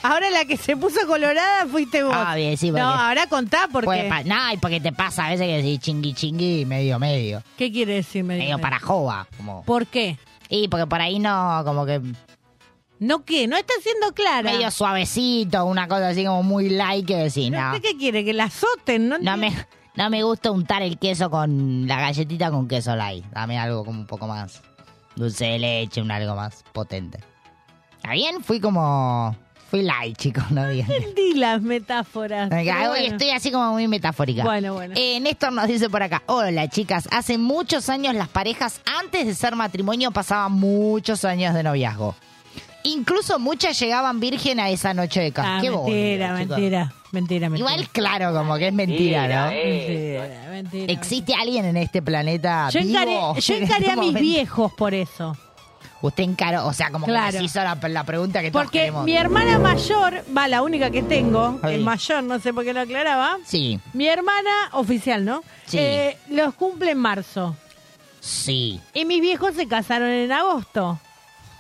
Ahora la que se puso colorada fuiste vos.
Ah, bien, sí, porque-
No, ahora contá porque...
Puede pa- no, y porque te pasa a veces que decís chingui chingui medio medio.
¿Qué quiere decir? Me
Medio
dijo?
para jova, como.
¿Por qué?
Y porque por ahí no, como que
¿No qué? No está siendo clara.
medio suavecito, una cosa así como muy light que decís, no.
¿Usted qué quiere? Que la azoten, ¿no?
No me, no me gusta untar el queso con la galletita con queso light. Dame algo como un poco más dulce de leche, un algo más potente. ¿Está bien? Fui como... Fui light, chicos, no bien.
entendí las metáforas.
Hoy
pero bueno.
estoy así como muy metafórica.
Bueno, bueno.
Eh, Néstor nos dice por acá, hola chicas, hace muchos años las parejas antes de ser matrimonio pasaban muchos años de noviazgo. Incluso muchas llegaban virgen a esa noche de casa.
Ah,
Qué boludo,
mentira,
chicos.
mentira, mentira, mentira.
Igual claro, como que es mentira, ¿no?
eh.
Mentira, mentira.
¿Existe alguien en este planeta
Yo
vivo?
encaré, yo
en
encaré
este
a mis
momento?
viejos por eso.
Usted encaró, o sea, como que
Claro.
les hizo la, la pregunta que todos
Porque
queremos.
mi hermana mayor, va, la única que tengo,
Ahí.
el mayor, no sé por qué lo aclaraba.
Sí,
Mi hermana, oficial, ¿no?
Sí.
Eh, los cumple en marzo.
sí,
Y mis viejos se casaron en agosto.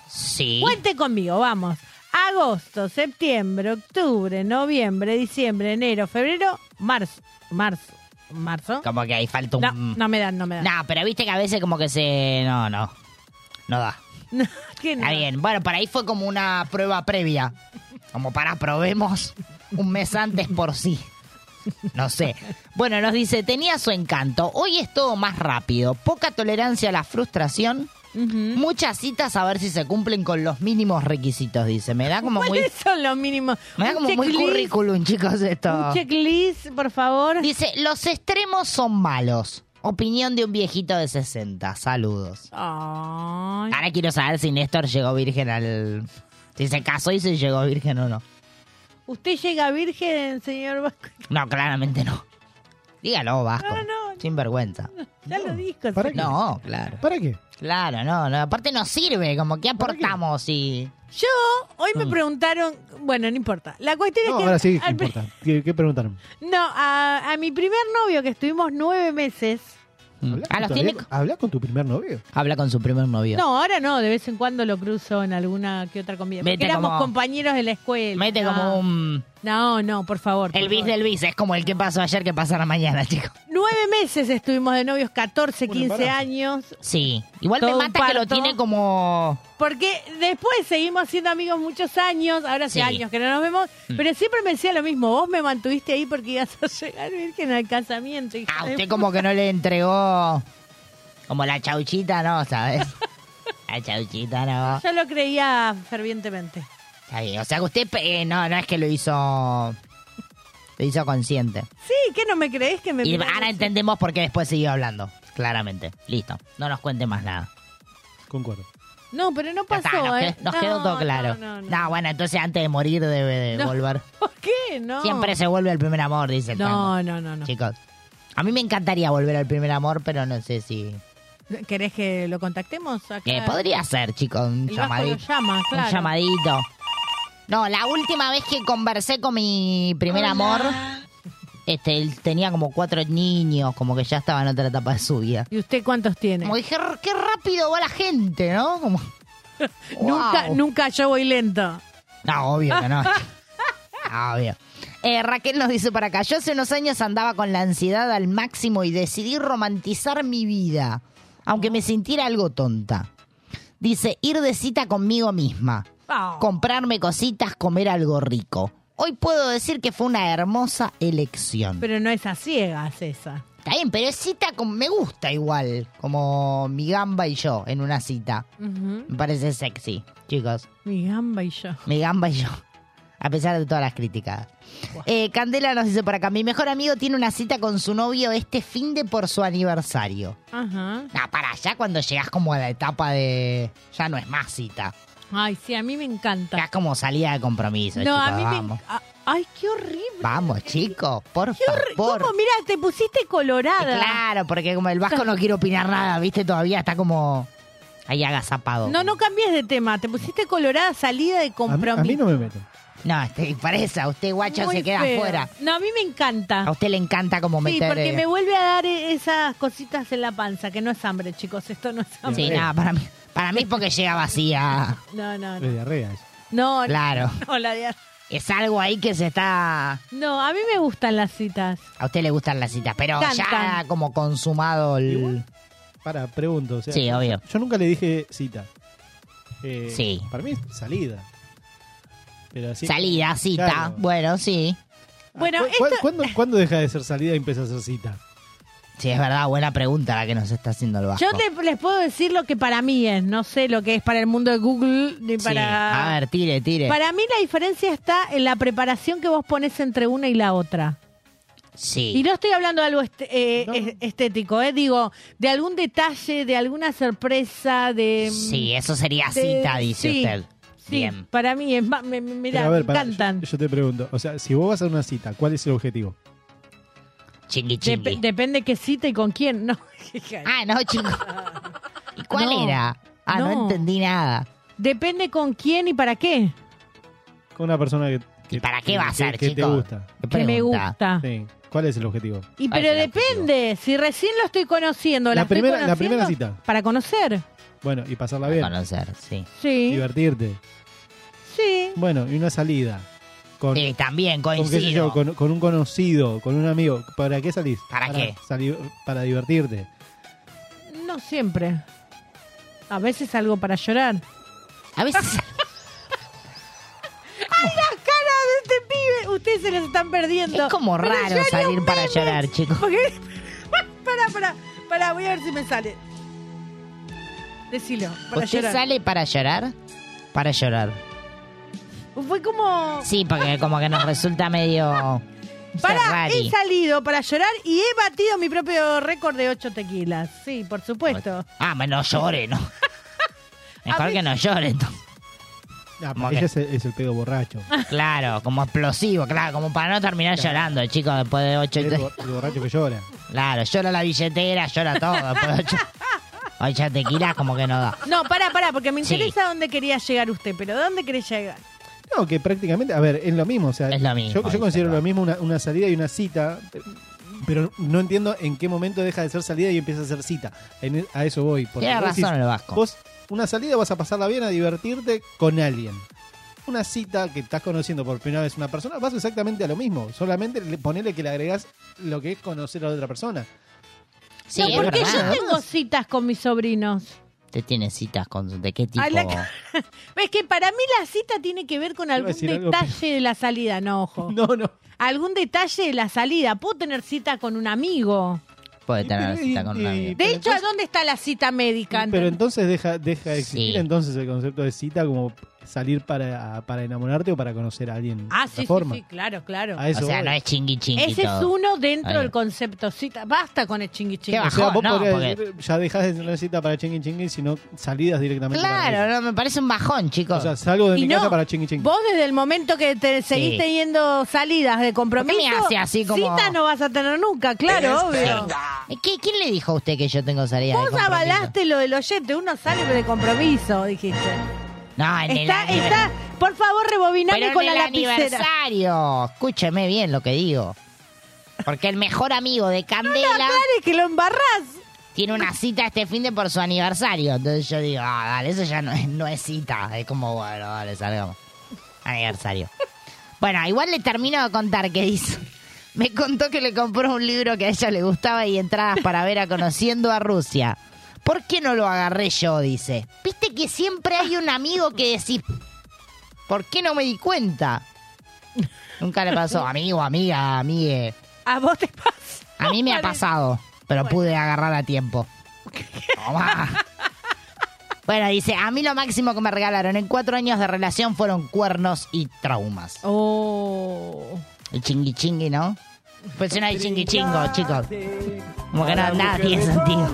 sí.
Cuente conmigo, vamos. Agosto, septiembre, octubre, noviembre, diciembre, enero, febrero, marzo. Marzo. Marzo.
Como que ahí falta un...
No, no me dan, no me dan.
No, pero viste que a veces como que se... No, no. No da.
¿Qué no?
Está bien. Bueno, para ahí fue como una prueba previa. Como para probemos un mes antes por sí. No sé. Bueno, nos dice, tenía su encanto. Hoy es todo más rápido. Poca tolerancia a la frustración.
Ujú.
Muchas citas a ver si se cumplen con los mínimos requisitos, dice. Me da como muy...
¿Cuáles son los mínimos?
Me da
Un
como muy
checklist,
currículum, chicos, esto.
Un checklist, por favor.
Dice, los extremos son malos. Opinión de un viejito de 60. Saludos.
Ay.
Ahora quiero saber si Néstor llegó virgen al... Si se casó y si llegó virgen o no.
¿Usted llega virgen, señor Vasco?
No, claramente no. Dígalo, Vasco.
No, no, no.
Sin vergüenza.
Ya lo dijo.
¿para
señor.
No, claro.
¿Para qué?
Claro, no, no. Aparte no sirve. Como que aportamos y... Mm.
Yo, hoy me preguntaron, bueno, no importa. La cuestión
No,
es que...
ahora sí que
al pri-
importa. ¿Qué, qué preguntaron?
No, a, a mi primer novio que estuvimos nueve meses.
¿Hablás
A Mm. Ah, los
todavía-
tiene-
hablás con tu primer novio?
Habla con su primer novio.
No, ahora no, de vez en cuando lo cruzo en alguna que otra comida.
Mete
Porque éramos
como-
compañeros de la escuela.
Mete
no.
como un...
No, no, por favor. por
El bis
favor.
del bis. Es como el que pasó ayer que pasará mañana, chicos.
Nueve meses estuvimos de novios, 14, 15
embarazo.
años.
Sí. Igual
Todo
me
un
mata que lo
parto.
tiene como...
Porque después seguimos siendo amigos muchos años, ahora
Sí.
hace
Mm.
años que no nos vemos, pero siempre me decía lo mismo, vos me mantuviste ahí porque ibas a llegar virgen al casamiento. hija
Ah,
de
usted
puta.
como que no le entregó como la chauchita, ¿no? ¿Sabes? La chauchita, ¿no?
Yo lo creía fervientemente.
Está bien. O sea que usted eh, no, no es que lo hizo... Lo hizo consciente.
Sí, ¿qué no me crees que me
Y
miran
ahora
así?
entendemos por qué después siguió hablando. Claramente. Listo. No nos cuente más nada.
Concuerdo.
No, pero no
Ya
pasó,
está, nos,
¿eh?
que- nos
No,
quedó todo claro.
No, no, no.
bueno, entonces antes de morir debe de
No.
volver.
¿Por qué? No.
Siempre se vuelve al primer amor, dice el tango.
No, no, no, no.
Chicos, a mí me encantaría volver al primer amor, pero no sé si...
¿Querés que lo contactemos? Acá?
Eh, podría ser, chicos, un
El Vasco
llamadito.
lo llama, claro.
Un llamadito. No, la última vez que conversé con mi primer amor, este, él tenía como cuatro niños, como que ya estaba en otra etapa de su vida.
¿Y usted cuántos tiene?
Como dije, "R- qué rápido va la gente, ¿no? Como,
Nunca,
Wow.
nunca yo voy lento.
No, obvio que no. obvio. Eh, Raquel nos dice para acá, yo hace unos años andaba con la ansiedad al máximo y decidí romantizar mi vida, aunque me sintiera algo tonta. Dice, ir de cita conmigo misma.
Ah.
comprarme cositas, comer algo rico. Hoy puedo decir que fue una hermosa elección.
Pero no es a ciegas esa.
Está bien, pero es cita con. Me gusta igual. Como mi gamba y yo en una cita.
Ujú.
Me parece sexy, chicos.
Mi gamba y yo.
Mi gamba y yo. A pesar de todas las críticas. Eh, Candela nos dice por acá: Mi mejor amigo tiene una cita con su novio este fin de por su aniversario.
Ajá.
Ah, para, ya cuando llegas como a la etapa de. Ya no es más cita.
Ay, sí, a mí me encanta.
Ya es como salida de compromiso.
No,
chicos,
a mí
vamos.
me. a- Ay, qué horrible.
Vamos, chicos, por favor.
¿Cómo? Mira, te pusiste colorada.
Claro, porque como el Vasco no quiere opinar nada, ¿viste? Todavía está como ahí agazapado.
No, no cambies de tema. Te pusiste colorada, salida de
A mí,
compromiso.
a mí no me meten.
No, este, parece, a usted guacho
Muy
se queda
feo.
afuera.
No, a mí me encanta.
A usted le encanta como
Sí,
meter...
porque
eh,
me vuelve a dar e- esas cositas en la panza, que no es hambre, chicos. Esto no es hambre.
Sí, nada, para mí, para mí es porque llega vacía.
No, no,
Es
no.
diarrea eso.
No,
Claro.
no, la de-
Es algo ahí que se está...
no, a mí me gustan las citas.
A usted le gustan las citas, pero ya
Encantan.
como consumado el...
Para, pregunto. o sea,
Sí, obvio.
Yo nunca le dije cita. Eh,
Sí.
Para mí es salida. Pero así-
Salida, cita.
Claro.
Bueno, sí.
Ah,
Bueno,
¿cu- cu-
esto-
¿cuándo, cuándo deja de ser salida y empieza a ser cita?
Sí, es verdad, buena pregunta la que nos está haciendo el Vasco.
Yo te- les puedo decir lo que para mí es, no sé lo que es para el mundo de Google ni
Sí, Ah,
para...
A ver, tire, tire.
Para mí la diferencia está en la preparación que vos pones entre una y la otra.
Sí.
Y no estoy hablando de algo este- eh,
No.
es- estético, eh, digo, de algún detalle, de alguna sorpresa, de... mm,
Sí, eso sería
de-
cita, dice
sí,
usted.
sí,
Bien.
para mí es más, me, me- mirá,
Pero a ver,
me
pará,
encantan.
yo, yo te pregunto, o sea, si vos vas a una cita, ¿cuál es el objetivo?
Chingui
Dep-
chingui.
depende qué cita y con quién, ¿no?
Ah, no, chico. ¿Y cuál
No.
era? Ah, no.
No.
entendí nada.
Depende con quién y para qué.
Con una persona que...
¿Y
que-
para qué
que-
va a
que-
ser,
que
chico?
te gusta.
¿Qué
Que me
pregunta?
gusta.
Sí. ¿Cuál es el objetivo?
Y
¿Cuál
pero
es el objetivo?
depende, si recién lo estoy conociendo, la,
La
estoy
primera- la primera
conociendo
cita.
Para conocer.
Bueno, y pasarla bien,
Conocer, sí.
Sí.
divertirte.
Sí.
Bueno, y una salida. Con,
Eh, también
con, qué sé
coincido.
yo, con, con un conocido, con un amigo. ¿Para qué salís?
¿Para qué?
salir- para divertirte.
No siempre. A veces algo para llorar.
A veces...
Cara de este pibe, ustedes se los están perdiendo.
Es como
Pero
raro
yo haría
salir
un
para
meme.
llorar, chicos.
Porque- Pará, pará, pará, voy a ver si me sale. Decilo, para
¿Usted
llorar.
sale para llorar? Para llorar.
Fue como.
Sí, porque como que nos resulta medio...
Para,
Ferrari.
he salido para llorar y he batido mi propio récord de 8 tequilas. Sí, por supuesto.
Ah, me no llore, ¿no? Mejor que no llore, entonces.
Ah,
¿Cómo
porque ella
que?
es, el- es el pedo borracho.
Claro, como explosivo, claro, como para no terminar llorando, chicos, después de ocho... y
el,
tre-
bo- el borracho que llora.
Claro, llora la billetera, llora todo. después de ocho, ocho tequilas como que no da.
No, pará, pará, porque me
Sí.
interesa dónde quería llegar usted, pero ¿dónde querés llegar?
No, que prácticamente, a ver, es lo mismo. O sea,
Es lo mismo,
yo- Yo,
dice,
considero
claro.
lo mismo una, una salida y una cita, pero no entiendo en qué momento deja de ser salida y empieza a ser cita. En- e, a eso voy. porque
Tiene
vos
razón el Vasco.
Vos, una salida vas a pasarla bien, a divertirte con alguien. Una cita que estás conociendo por primera vez a una persona, vas exactamente a lo mismo. Solamente le- ponele que le agregás lo que es conocer a la otra persona.
Sí,
no,
es
porque yo
verdad.
tengo citas con mis sobrinos.
Usted tiene citas con... ¿De qué tipo?
Ay, la cara. Es que para mí la cita tiene que ver con
a
algún
decir
detalle
algo,
de la salida, no, ojo.
No, no.
Algún detalle de la salida. Puedo tener cita con un amigo.
Puede tener
Y-
cita con un
y-
amigo.
De
eh, Pero
hecho, ¿a dónde está la cita médica?
Pero entonces deja, deja de existir
Sí.
entonces el concepto de cita como salir para, para enamorarte o para conocer a alguien. de
ah,
otra
sí, sí,
forma.
sí, claro, claro.
A eso
O sea,
voy.
no es chingui chingui
Ese es
todo.
uno dentro
Ahí.
del concepto cita. Basta con el chingui chingui.
Qué
O sea,
bajón,
vos
no,
podrías
porque-
decir, ya dejás de tener cita para chingui chingui, sino salidas directamente para
Claro, no, me parece un bajón,
eso.
chicos.
O sea, salgo de
Y
mi
no,
casa para chingui chingui.
Vos desde el momento que te seguís
Sí.
teniendo salidas de compromiso,
¿Por qué me hace así como-
citas no vas a tener nunca, claro, obvio.
¿Qué- ¿Quién le dijo a usted que yo tengo salida de
Vos
compromiso?
avalaste lo del oyente, uno sale de compromiso, dijiste.
No, en
Está,
el
está, por favor, rebobiname
Pero
con
en
la
el
lapicera.
aniversario. Escúcheme bien lo que digo. Porque el mejor amigo de Candela
Dale, que lo embarrás.
tiene una cita este fin de por su aniversario. Entonces yo digo, ah, dale, eso ya no es, no es cita. Es como, bueno, dale, salgamos. Aniversario. Bueno, igual le termino de contar qué hizo. Me contó que le compró un libro que a ella le gustaba y entradas para ver a Conociendo a Rusia. ¿Por qué no lo agarré yo? Dice. Viste que siempre hay un amigo que decís, ¿por qué no me di cuenta? Nunca le pasó, amigo, amiga, amigue.
A vos te pasa.
A mí me ha pasado, pero pude agarrar a tiempo. Tomá. Bueno, dice, a mí lo máximo que me regalaron en cuatro años de relación fueron cuernos y traumas.
Oh.
El chingui chingui, ¿no? Pues si no hay chingui chingo, chicos. Como que no, nada tiene sentido.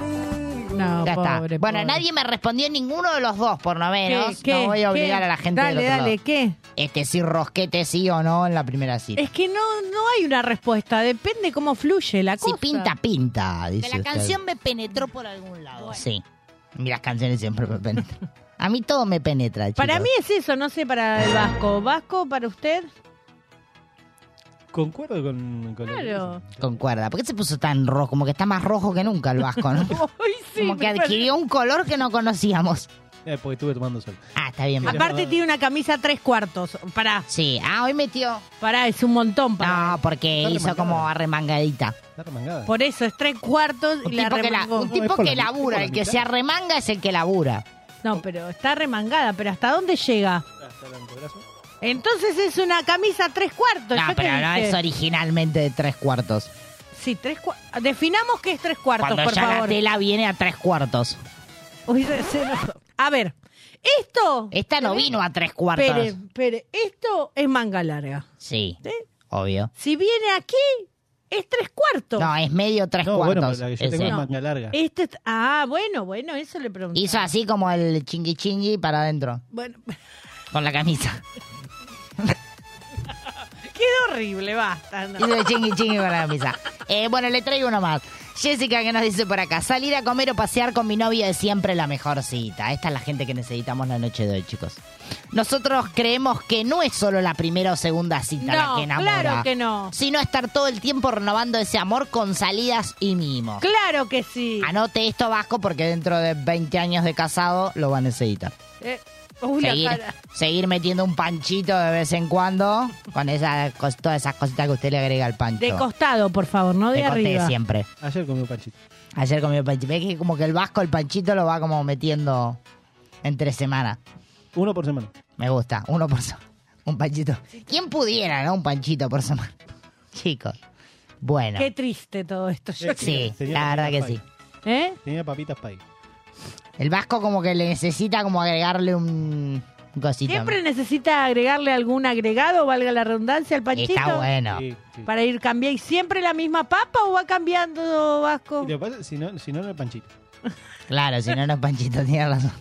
No,
Ya está.
pobre,
Bueno,
pobre.
nadie me respondió en ninguno de los dos, por lo menos.
¿Qué?
No voy a
¿Qué?
obligar a la gente
Dale,
del otro
dale,
lado.
¿qué?
Este sí, rosquete sí o no en la primera cita.
Es que no, no hay una respuesta, depende cómo fluye la cosa. Si pinta,
pinta,
dice.
la canción me penetró por algún lado. Sí. Y las canciones siempre me penetran. A mí todo me penetra, chicos.
Para mí es eso, no sé, para el Vasco. ¿Vasco para usted?
Concuerdo con, con el-
Claro.
Concuerda. ¿Por qué se puso tan rojo? Como que está más rojo que nunca el vasco, ¿no? Como que adquirió un color que no conocíamos.
Eh, porque estuve tomando sol.
Ah, está bien.
Aparte tiene una camisa tres cuartos. Pará.
Sí. Ah, hoy metió.
Pará, es un montón.
No, porque
Está
hizo
remangada.
como arremangadita.
Por eso, es tres cuartos y
Un
la
tipo, que, la-
remangó.
un tipo que labura, el que se arremanga es el que labura.
No, pero está remangada, pero ¿hasta dónde llega? Entonces es una camisa tres cuartos.
No,
¿yo qué
pero no
dije?
es originalmente de tres cuartos.
Sí, tres cuartos. Definamos qué es tres cuartos,
Cuando
por
ya la
favor.
tela viene a tres cuartos.
Uy, se- se nos- A ver, esto.
Esta no vino a tres cuartos.
Espere, espere. Esto es manga larga.
Sí, obvio.
Si viene aquí, es tres cuartos.
No, es medio tres cuartos. ese.
larga.
Este es- ah, bueno, bueno, eso le pregunté.
Hizo así como el chingui chingui para adentro,
Bueno,
con la camisa.
queda horrible, basta. ¿no?
Hizo el chingui chingui con la camisa. Eh, bueno, le traigo uno más. Jessica que nos dice por acá, salir a comer o pasear con mi novio es siempre la mejor cita. Esta es la gente que necesitamos la noche de hoy, chicos. Nosotros creemos que no es solo la primera o segunda cita la
No,
que enamora.
claro que no.
Sino estar todo el tiempo renovando ese amor con salidas y mimos.
Claro que sí.
Anote esto, Vasco, porque dentro de 20 años de casado lo van a necesitar.
Eh, uy, la
seguir,
cara.
seguir metiendo un panchito de vez en cuando con esa, cos- todas esas cositas que usted le agrega al pancho.
De costado, por favor, no de,
De coste
arriba.
siempre.
Ayer comí un panchito.
Ayer comió panchito. Ve que como que el vasco, el panchito, lo va como metiendo entre semana.
Uno por semana.
Me gusta, uno por semana. Un panchito. ¿Quién pudiera, no? Un panchito por semana. Chicos. Bueno.
Qué triste todo esto. yo
Sí,
Tenía
la verdad que
papitas
sí.
creo. ¿Eh?
Tenía papitas pay.
El vasco como que le necesita como agregarle un un cosito.
Siempre necesita agregarle algún agregado, valga la redundancia, al panchito.
Está bueno.
Para ir cambiando. ¿Y siempre la misma papa o va cambiando, Vasco?
Y lo que pasa, si no, si no, no es panchito.
Claro, si no, no es panchito, tiene razón.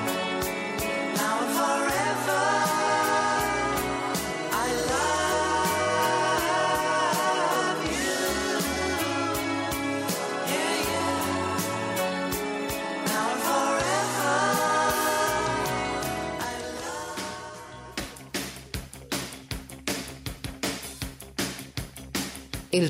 Now and forever, I love you. Yeah, yeah. Now and forever.
El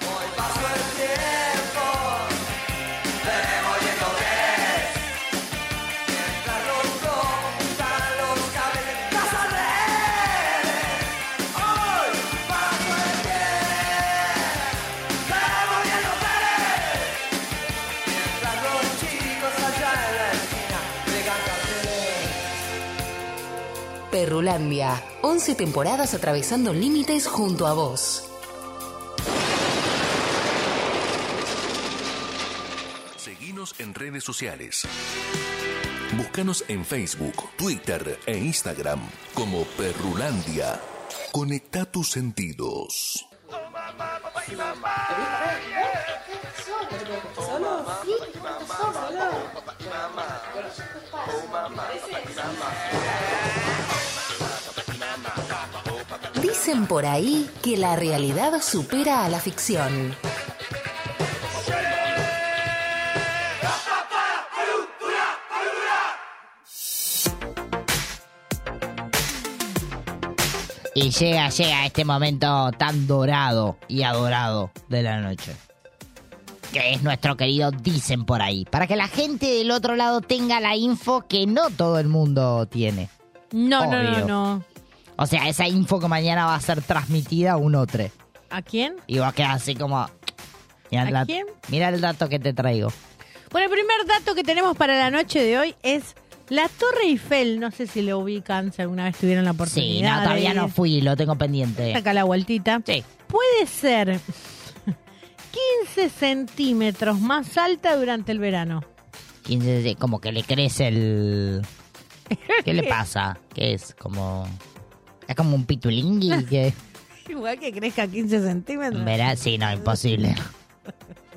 Hoy pasó el tiempo, veremos yendo tres. Mientras los cortan los cables, las arredes. Hoy pasó el tiempo, veremos yendo tres. Mientras los chicos allá en la esquina pegan carteles.
Perrulandia, 11 temporadas atravesando límites junto a vos.
Seguinos en redes sociales. Búscanos en Facebook, Twitter e Instagram como Perrulandia. Conecta tus sentidos.
Dicen por ahí que la realidad supera a la ficción.
Y llega, llega este momento tan dorado y adorado de la noche. Que es nuestro querido Dicen por ahí. Para que la gente del otro lado tenga la info que no todo el mundo tiene.
No, no, no,
Obvio.
no.
O sea, esa info que mañana va a ser transmitida a un otro.
¿A quién?
Y va a quedar así como... Mira
¿A
el, dat-
quién?
mirá el dato que te traigo.
Bueno, el primer dato que tenemos para la noche de hoy es la Torre Eiffel. No sé si lo ubican, si alguna vez tuvieron la oportunidad.
Sí, no,
de
todavía
ir.
no fui, lo tengo pendiente.
Saca la vueltita. Puede ser 15 centímetros más alta durante el verano.
15, sí, como que le crece el... ¿Qué le pasa? ¿Qué es? Como... Es como un pitulingui que...
Igual que crezca 15 centímetros.
Verá, sí, no, imposible.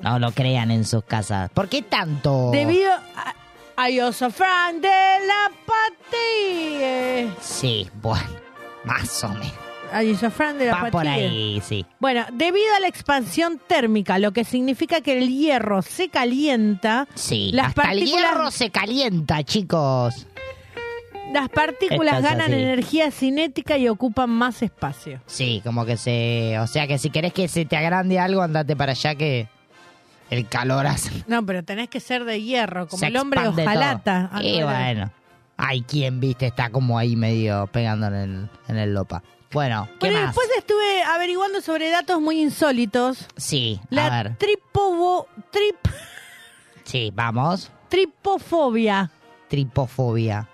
No lo crean en sus casas. ¿Por qué tanto?
Oh. Debido a, a Yo soy fan de la Pati.
Sí, bueno, más o menos.
A Yo soy fan de la
Va
Pati.
por ahí, sí.
Bueno, debido a la expansión térmica, lo que significa que el hierro se calienta.
Sí,
Las
hasta
partículas-
el hierro se calienta, chicos.
Las partículas
Esto es
ganan
así.
energía cinética y ocupan más espacio.
Sí, como que se... O sea que si querés que se te agrande algo, andate para allá que el calor hace...
No, pero tenés que ser de Ah, hierro, como
se
el hombre
expande
ojalata.
todo. Y bueno, Hay quien, viste, está como ahí medio pegando en el, en el lopa. Bueno, ¿qué
Bueno,
más?
después estuve averiguando sobre datos muy insólitos.
Sí,
La
a ver.
tripobo- trip-
Sí, vamos.
tripofobia.
Tripofobia.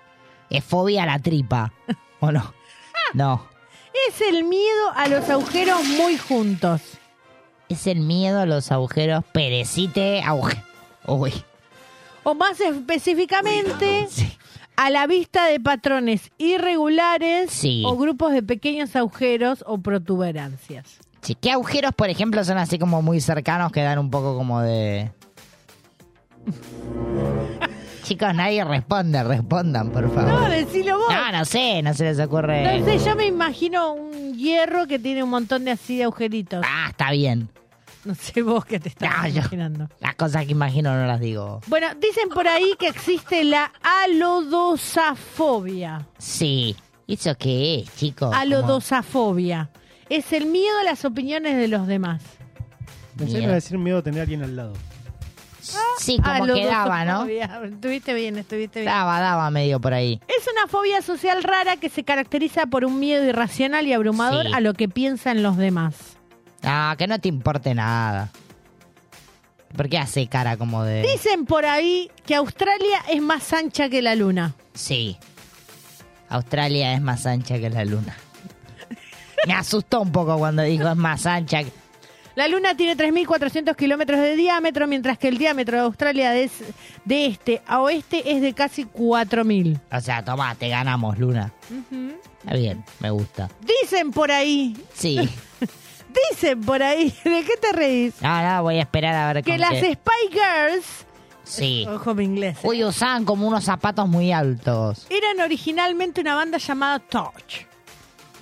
Es fobia a la tripa. ¿O no? No.
Es el miedo a los agujeros muy juntos.
Es el miedo a los agujeros perecite aguje. Uy.
O más específicamente, a la vista de patrones irregulares
Sí.
o grupos de pequeños agujeros o protuberancias.
Sí, ¿qué agujeros, por ejemplo, son así como muy cercanos que dan un poco como de... Chicos, nadie responde, respondan, por favor.
No, decilo vos.
No, no sé, no se les ocurre.
Entonces yo me imagino un hierro que tiene un montón de así de agujeritos.
Ah, está bien.
No sé vos qué te estás imaginando.
Las cosas que imagino no las digo.
Bueno, dicen por ahí que existe la alodosafobia.
Sí. ¿Eso qué es, chicos?
Alodosafobia. Es el miedo a las opiniones de los demás.
Pensé que iba a decir miedo a tener a alguien al lado.
Sí, como que daba, ¿no?
Alodosafobia. Estuviste bien, estuviste bien.
Daba, daba medio por ahí.
Es una fobia social rara que se caracteriza por un miedo irracional y abrumador
Sí.
a lo que piensan los demás.
Ah, que no te importe nada. ¿Por qué hace cara como de...?
Dicen por ahí que Australia es más ancha que la luna.
Sí. Australia es más ancha que la luna. Me asustó un poco cuando dijo es más ancha. que-
La luna tiene 3.400 kilómetros de diámetro, mientras que el diámetro de Australia de, es- de este a oeste es de casi 4.000.
O sea, tomá, te ganamos, luna. Está bien, me gusta.
Dicen por ahí.
Sí.
Dicen por ahí. ¿De qué te reís?
Ahora voy a esperar a ver
Que
con
las
qué-
Spy Girls
Sí.
Ojo mi inglés. ¿eh?
Uy, usaban como unos zapatos muy altos.
eran originalmente una banda llamada Touch.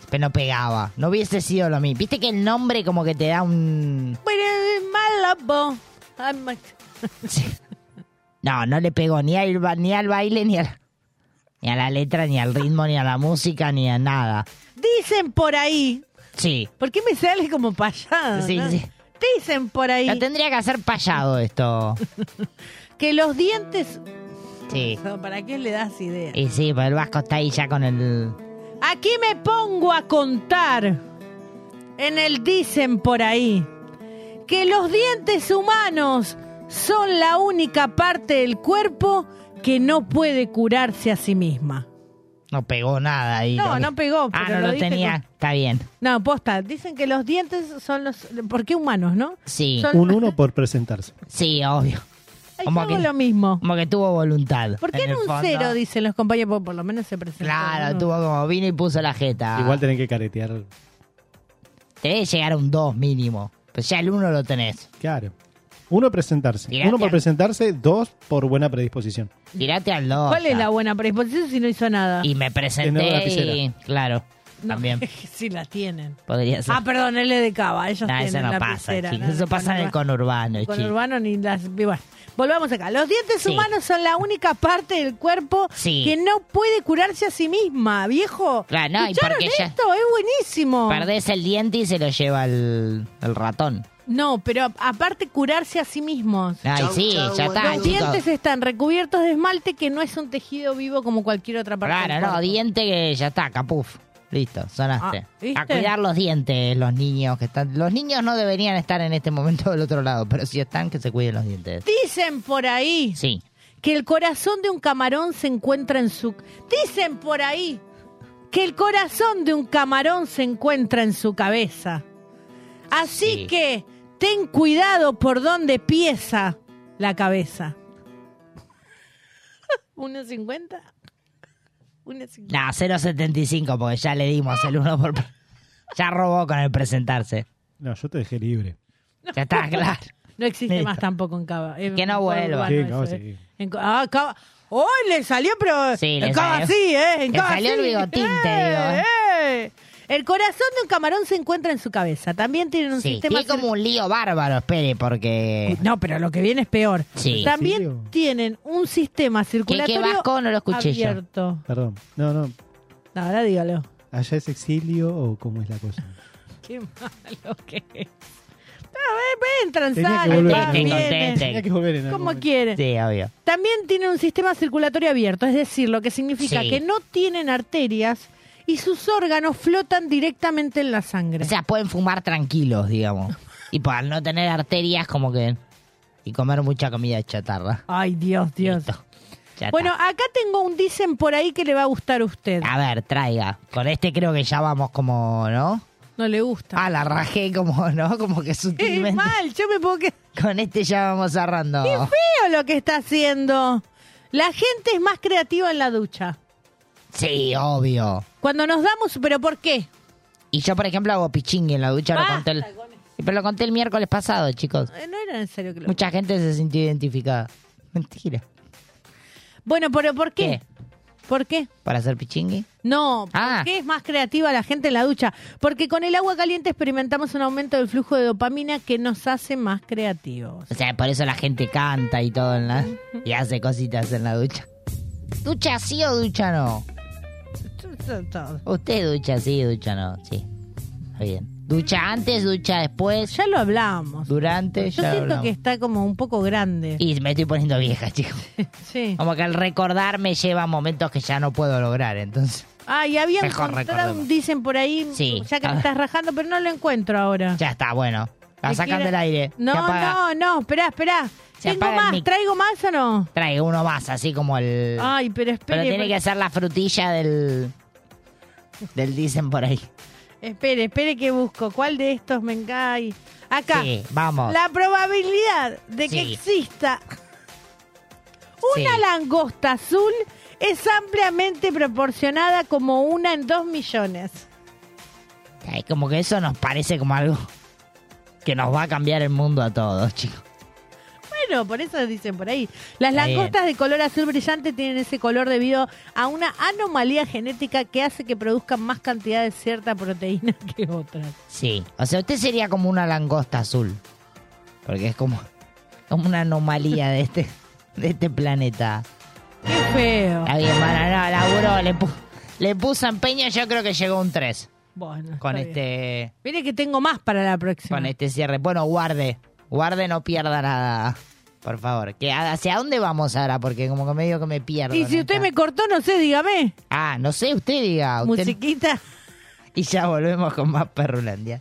Pero no pegaba. No hubiese sido lo mismo. Viste que el nombre como que te da un...
Bueno, Malabo. I'm a-
No, no le pegó ni al, ba- ni al baile, ni, al- ni a la letra, ni al ritmo, ni a la música, ni a nada.
Dicen por ahí.
Sí.
¿Por qué me sale como payada?
Sí,
no?
sí.
Dicen por ahí.
Lo tendría que hacer payado esto.
Que los dientes.
Sí.
No, ¿Para qué le das idea?
Y sí, pero el Vasco está ahí ya con el...
Aquí me pongo a contar. En el dicen por ahí. Que los dientes humanos son la única parte del cuerpo que no puede curarse a sí misma.
No pegó nada ahí.
No,
Lo-
no pegó,
Ah,
pero
no
lo
lo,
dije
tenía.
con-
Está bien.
No, posta. Dicen que los dientes son los. ¿Por qué humanos, no?
Sí.
Son-
Un uno por presentarse.
Sí, obvio.
Ay,
Como
yo
que-
hago lo mismo.
Como que tuvo voluntad.
¿Por qué
en
en,
el
un
fondo.
cero dicen los compañeros? Porque por lo menos se presentó.
Claro,
uno.
tuvo como vino y puso la jeta.
Igual tenés que caretear.
Te debe llegar a un 2 mínimo. Pues ya el 1 lo tenés.
Claro. Uno presentarse.
Mirá,
Uno por
ya.
presentarse, dos por buena predisposición.
Tirate al 2.
¿Cuál es la buena predisposición si no hizo nada?
Y me
Tener la
presenté
lapicera.
y... Claro, también
si la tienen.
podría ser.
Ah, perdón, él es de Cava. Ellos
No,
tienen
eso no
la
pasa,
pecera,
chicos.
no,
Eso pasa en el conurbano,
Con
chicos.
urbano ni las. y bueno. volvamos acá. Los dientes
Sí.
humanos son la única parte del cuerpo
Sí.
que no puede curarse a sí misma, viejo.
Claro, no, y
¿Escucharon
porque ya-
esto? Es buenísimo.
Perdés el diente y se lo lleva el, el ratón.
No, pero a- aparte curarse a sí mismos.
Ay, sí, ya está, chicos.
Los dientes están recubiertos de esmalte que no es un tejido vivo como cualquier otra parte. del
Claro, no,
cuerpo.
diente que ya está, capuf. Listo, sonaste.
Ah, ¿viste?
a cuidar los dientes, los niños que están. Los niños no deberían estar en este momento del otro lado, pero si están, que se cuiden los dientes.
Dicen por ahí
Sí.
que el corazón de un camarón se encuentra en su... Dicen por ahí que el corazón de un camarón se encuentra en su cabeza. Así
Sí.
que ten cuidado por dónde pieza la cabeza. ¿1.50? ¿1.50?
No, 0.75, porque ya le dimos el 1 por. Ya robó con el presentarse.
No, yo te dejé libre.
Ya está, claro.
No existe
Listo.
más tampoco en Cava. Es
Que no
un pueblo
vuelva.
urbano
Sí, Cava
eso,
sí.
¿eh? En Ca- ah, Cava. ¡Hoy le salió, pero
Sí,
en
le
Cava
salió.
sí, eh! En
Le
Cava
salió el
sí.
bigotín, te digo,
eh. El corazón de un camarón se encuentra en su cabeza. También tienen un
Sí,
sistema...
tiene como un lío bárbaro, espere, porque.
No, pero lo que viene es peor.
Sí.
También tienen un sistema circulatorio
Vasco? No lo escuché yo.
abierto.
Perdón. No, no.
No, ahora dígalo.
¿Allá es exilio o cómo es la cosa?
Qué malo que es. A ver, Ah, entran,
Tenía que
salen,
volver,
van,
tenía que
vienen,
volver. Tenía que
volver
Como quieren.
Sí, obvio.
También tienen un sistema circulatorio abierto, es decir, lo que significa
Sí.
que no tienen arterias y sus órganos flotan directamente en la sangre.
O sea, pueden fumar tranquilos, digamos. Y por no tener arterias, como que. Y comer mucha comida chatarra.
Ay, Dios, Dios. Bueno, acá tengo un dicen por ahí que le va a gustar a usted.
A ver, traiga. Con este creo que ya vamos como, ¿no?
No le gusta.
Ah, la rajé como, ¿no? Como que sutilmente.
Eh, mal, yo me puedo
Con este ya vamos cerrando.
¡Qué feo lo que está haciendo! La gente es más creativa en la ducha.
Sí, obvio.
Cuando nos damos, pero ¿por qué?
Y yo, por ejemplo, hago pichingui en la ducha. Lo
Basta
conté el... Pero lo conté el miércoles pasado, chicos.
Eh, No era necesario que lo...
Mucha gente se sintió identificada. Mentira.
Bueno, pero ¿por qué? ¿Por qué?
¿Para hacer pichingui?
No, ¿por
Ah.
qué es más creativa la gente en la ducha? Porque con el agua caliente experimentamos un aumento del flujo de dopamina que nos hace más creativos.
O sea, por eso la gente canta y todo en la... Y hace cositas en la ducha. ¿Ducha sí o ducha no? Usted ducha sí, ducha no, sí. Está bien. Ducha antes, ducha después.
Ya lo hablábamos.
Durante, ya
Yo
lo
siento que
hablamos.
está como un poco grande.
Y me estoy poniendo vieja, chicos.
Sí.
Como que el recordar me lleva a momentos que ya no puedo lograr, entonces.
Ah, y había
Mejor
encontrado
recordemos.
un dicen por ahí,
Sí.
ya que me estás rajando, pero no lo encuentro ahora.
Ya está, bueno. La
¿Me
sacan
quiere-
del aire.
No,
Se apaga.
no, no, esperá, esperá.
Se
Tengo
apaga el
más,
mic.
¿traigo más o no?
Trae uno más, así como el...
Ay, pero espere.
Pero tiene que ser la frutilla del... Del dicen por ahí.
Espere, espere que busco. ¿Cuál de estos me cae? Acá.
Sí, vamos.
La probabilidad de que
Sí.
exista una
Sí.
langosta azul es ampliamente proporcionada como una en dos millones.
Ay, como que eso nos parece como algo que nos va a cambiar el mundo a todos, chicos.
Bueno, por eso dicen por ahí. Las
Está
langostas de color azul brillante tienen ese color debido a una anomalía genética que hace que produzcan más cantidad de cierta proteína que otras.
Sí. O sea, usted sería como una langosta azul. Porque es como, como una anomalía de este, de este planeta.
Qué feo.
Está bien, mano, no, laburó, le, pu- le puso empeño, yo creo que llegó un 3.
Bueno,
Con
Ah, está
este,
bien. Mire que tengo más para la próxima.
con este cierre. Bueno, guarde. Guarde, no pierda nada. Por favor. ¿Qué, ¿Hacia dónde vamos ahora? Porque como que medio que me pierdo.
Y
en
si
esta.
usted me cortó, no sé, dígame.
Ah, no sé, usted diga. usted-
Musiquita.
Y ya volvemos con más Perrulandia.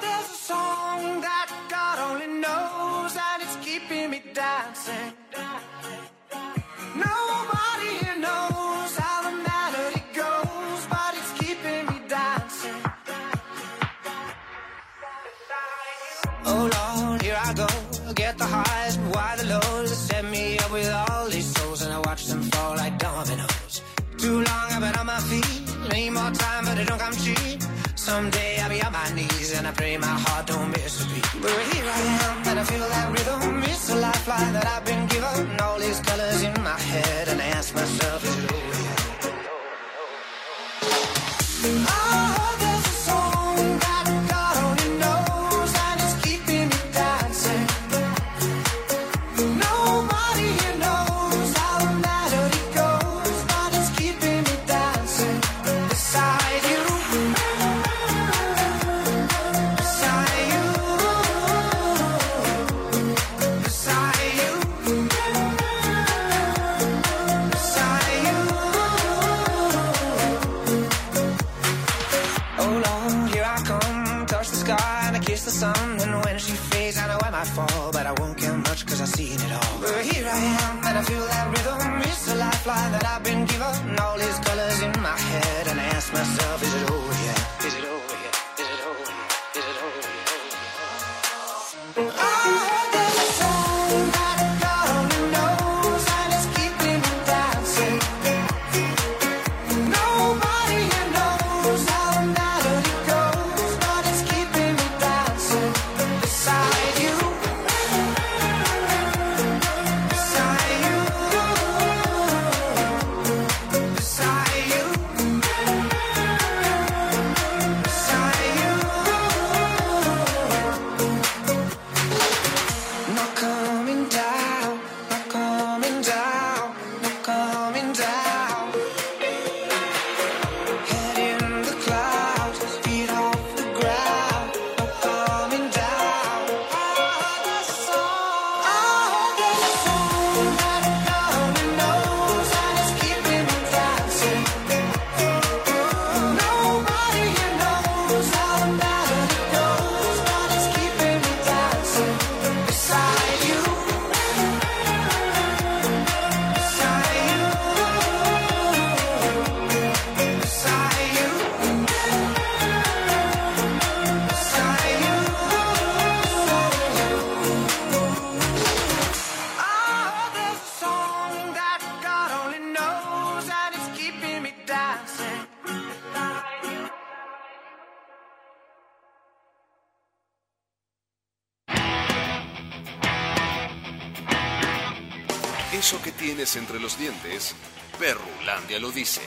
There's a song that God only knows, and it's keeping me dancing. Nobody here knows how the melody goes, but it's keeping me dancing. Oh Lord, here I go. Get the highs, but why the lows? They set me up with all these souls, and I watch them fall like dominoes. Too long I've been on my feet. Need more time, but it don't come cheap. Someday I'll be on my knees and I pray my heart don't miss a beat. But here I am, and I feel that rhythm. It's a lifeline that I've been given. All these colors in my head, and I ask myself, is it over yet? Oh, there's a song that God only knows, and it's keeping me dancing. Nobody here knows how the melody goes, but it's keeping me dancing beside you. Beside you. Beside you. Beside you. Oh Lord, here I come, touch the sky and I kiss the sun. And when she fades, I know I might fall, but I won't care much cause I've seen it all. But here I am, and I feel that rhythm. It's the lifeline that I've been given. All these colors in my head, and I ask myself, is it over yet? Is it over yet? Is it over yet? Is it over yet? Beside you. Ah, oh,
Eso que tienes entre los dientes, Perrulandia lo dice.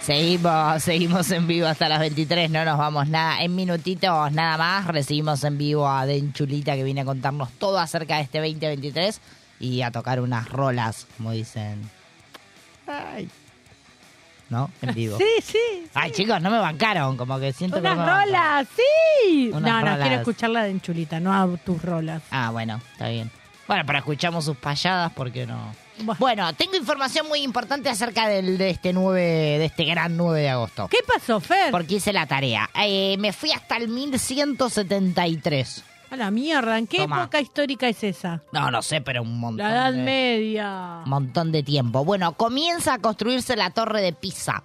Seguimos, seguimos en vivo hasta las 23, no nos vamos nada. En minutitos nada más recibimos en vivo a Den Chulita que viene a contarnos todo acerca de este 2023 y a tocar unas rolas, como dicen,
Ay.
¿no? En vivo.
Sí, sí.
Ay, chicos, no me bancaron, como que siento que
Unas
no me bancaron.
rolas, sí.
Unas
no, no,
rolas.
quiero escucharla de enchulita, no a tus rolas.
Ah, bueno, está bien. Bueno, pero escuchamos sus payadas porque no. Bueno, tengo información muy importante acerca del, de este 9, de este gran 9 de agosto.
¿Qué pasó, Fer?
Porque hice la tarea. Eh, me fui hasta el 1173.
A la mierda, ¿en qué
Toma.
época histórica es esa?
No, no sé, pero un montón.
La Edad
de-
Media.
montón de tiempo. Bueno, comienza a construirse la Torre de Pisa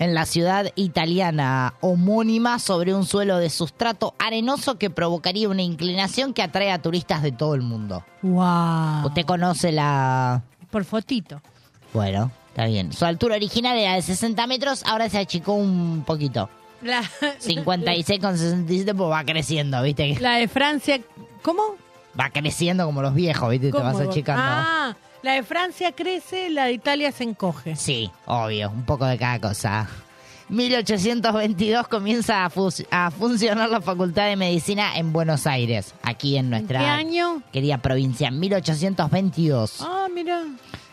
en la ciudad italiana homónima sobre un suelo de sustrato arenoso que provocaría una inclinación que atrae a turistas de todo el mundo.
Wow.
Usted conoce la...
Por fotito.
Bueno, está bien. Su altura original era de 60 metros, ahora se achicó un poquito.
La,
56,67 pues va creciendo, ¿viste?
La de Francia, ¿cómo?
Va creciendo como los viejos, ¿viste? Te
¿Cómo
vas
vos?
achicando.
Ah, la de Francia crece, la de Italia se encoge.
Sí. Obvio, un poco de cada cosa. 1822 comienza a, fus- a funcionar la Facultad de Medicina en Buenos Aires, aquí en nuestra
¿Qué año?
querida provincia, en 1822.
Ah, mira.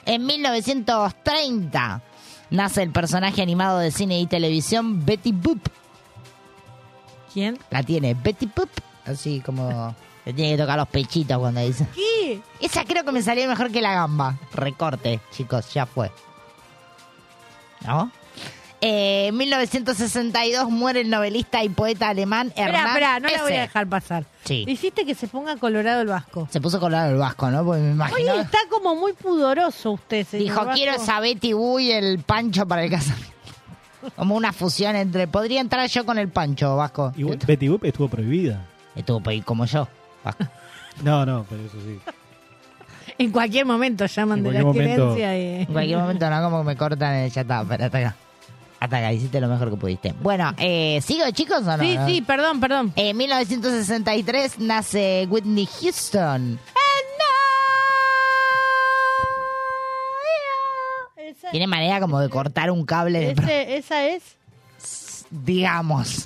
En 1930 nace el personaje animado de cine y televisión Betty Boop.
¿Quién?
La tiene Betty Boop, así como le tiene que tocar los pechitos cuando dice.
¿Qué?
Esa creo que me salió mejor que la gamba. Recorte, chicos, ya fue. ¿No? Eh, en 1962 muere el novelista y poeta alemán
Espera,
Hernán
espera, no la
Hesse.
voy a dejar pasar.
Sí.
Hiciste que se ponga colorado el vasco.
Se puso colorado el vasco, ¿no? Porque me
Hoy
imagino...
está como muy pudoroso usted, señor
Dijo,
vasco.
quiero esa Betty Boo y el Pancho para el casamiento. Como una fusión entre... Podría entrar yo con el Pancho, Vasco.
Y Betty Boop estuvo prohibida. Ah.
Estuvo prohibida como yo.
No, no, pero eso sí.
En cualquier momento llaman
En
de la
cualquier momento.
querencia y...
En cualquier momento, no, como me cortan, eh, ya está, pero hasta acá. Hasta acá, hiciste lo mejor que pudiste. Bueno, eh, ¿sigo, chicos, o no? Eh,
Sí, sí,
perdón, perdón. En 1963 nace Whitney Houston.
Esa,
Tiene manera como de cortar un cable de
ese- esa es...
digamos,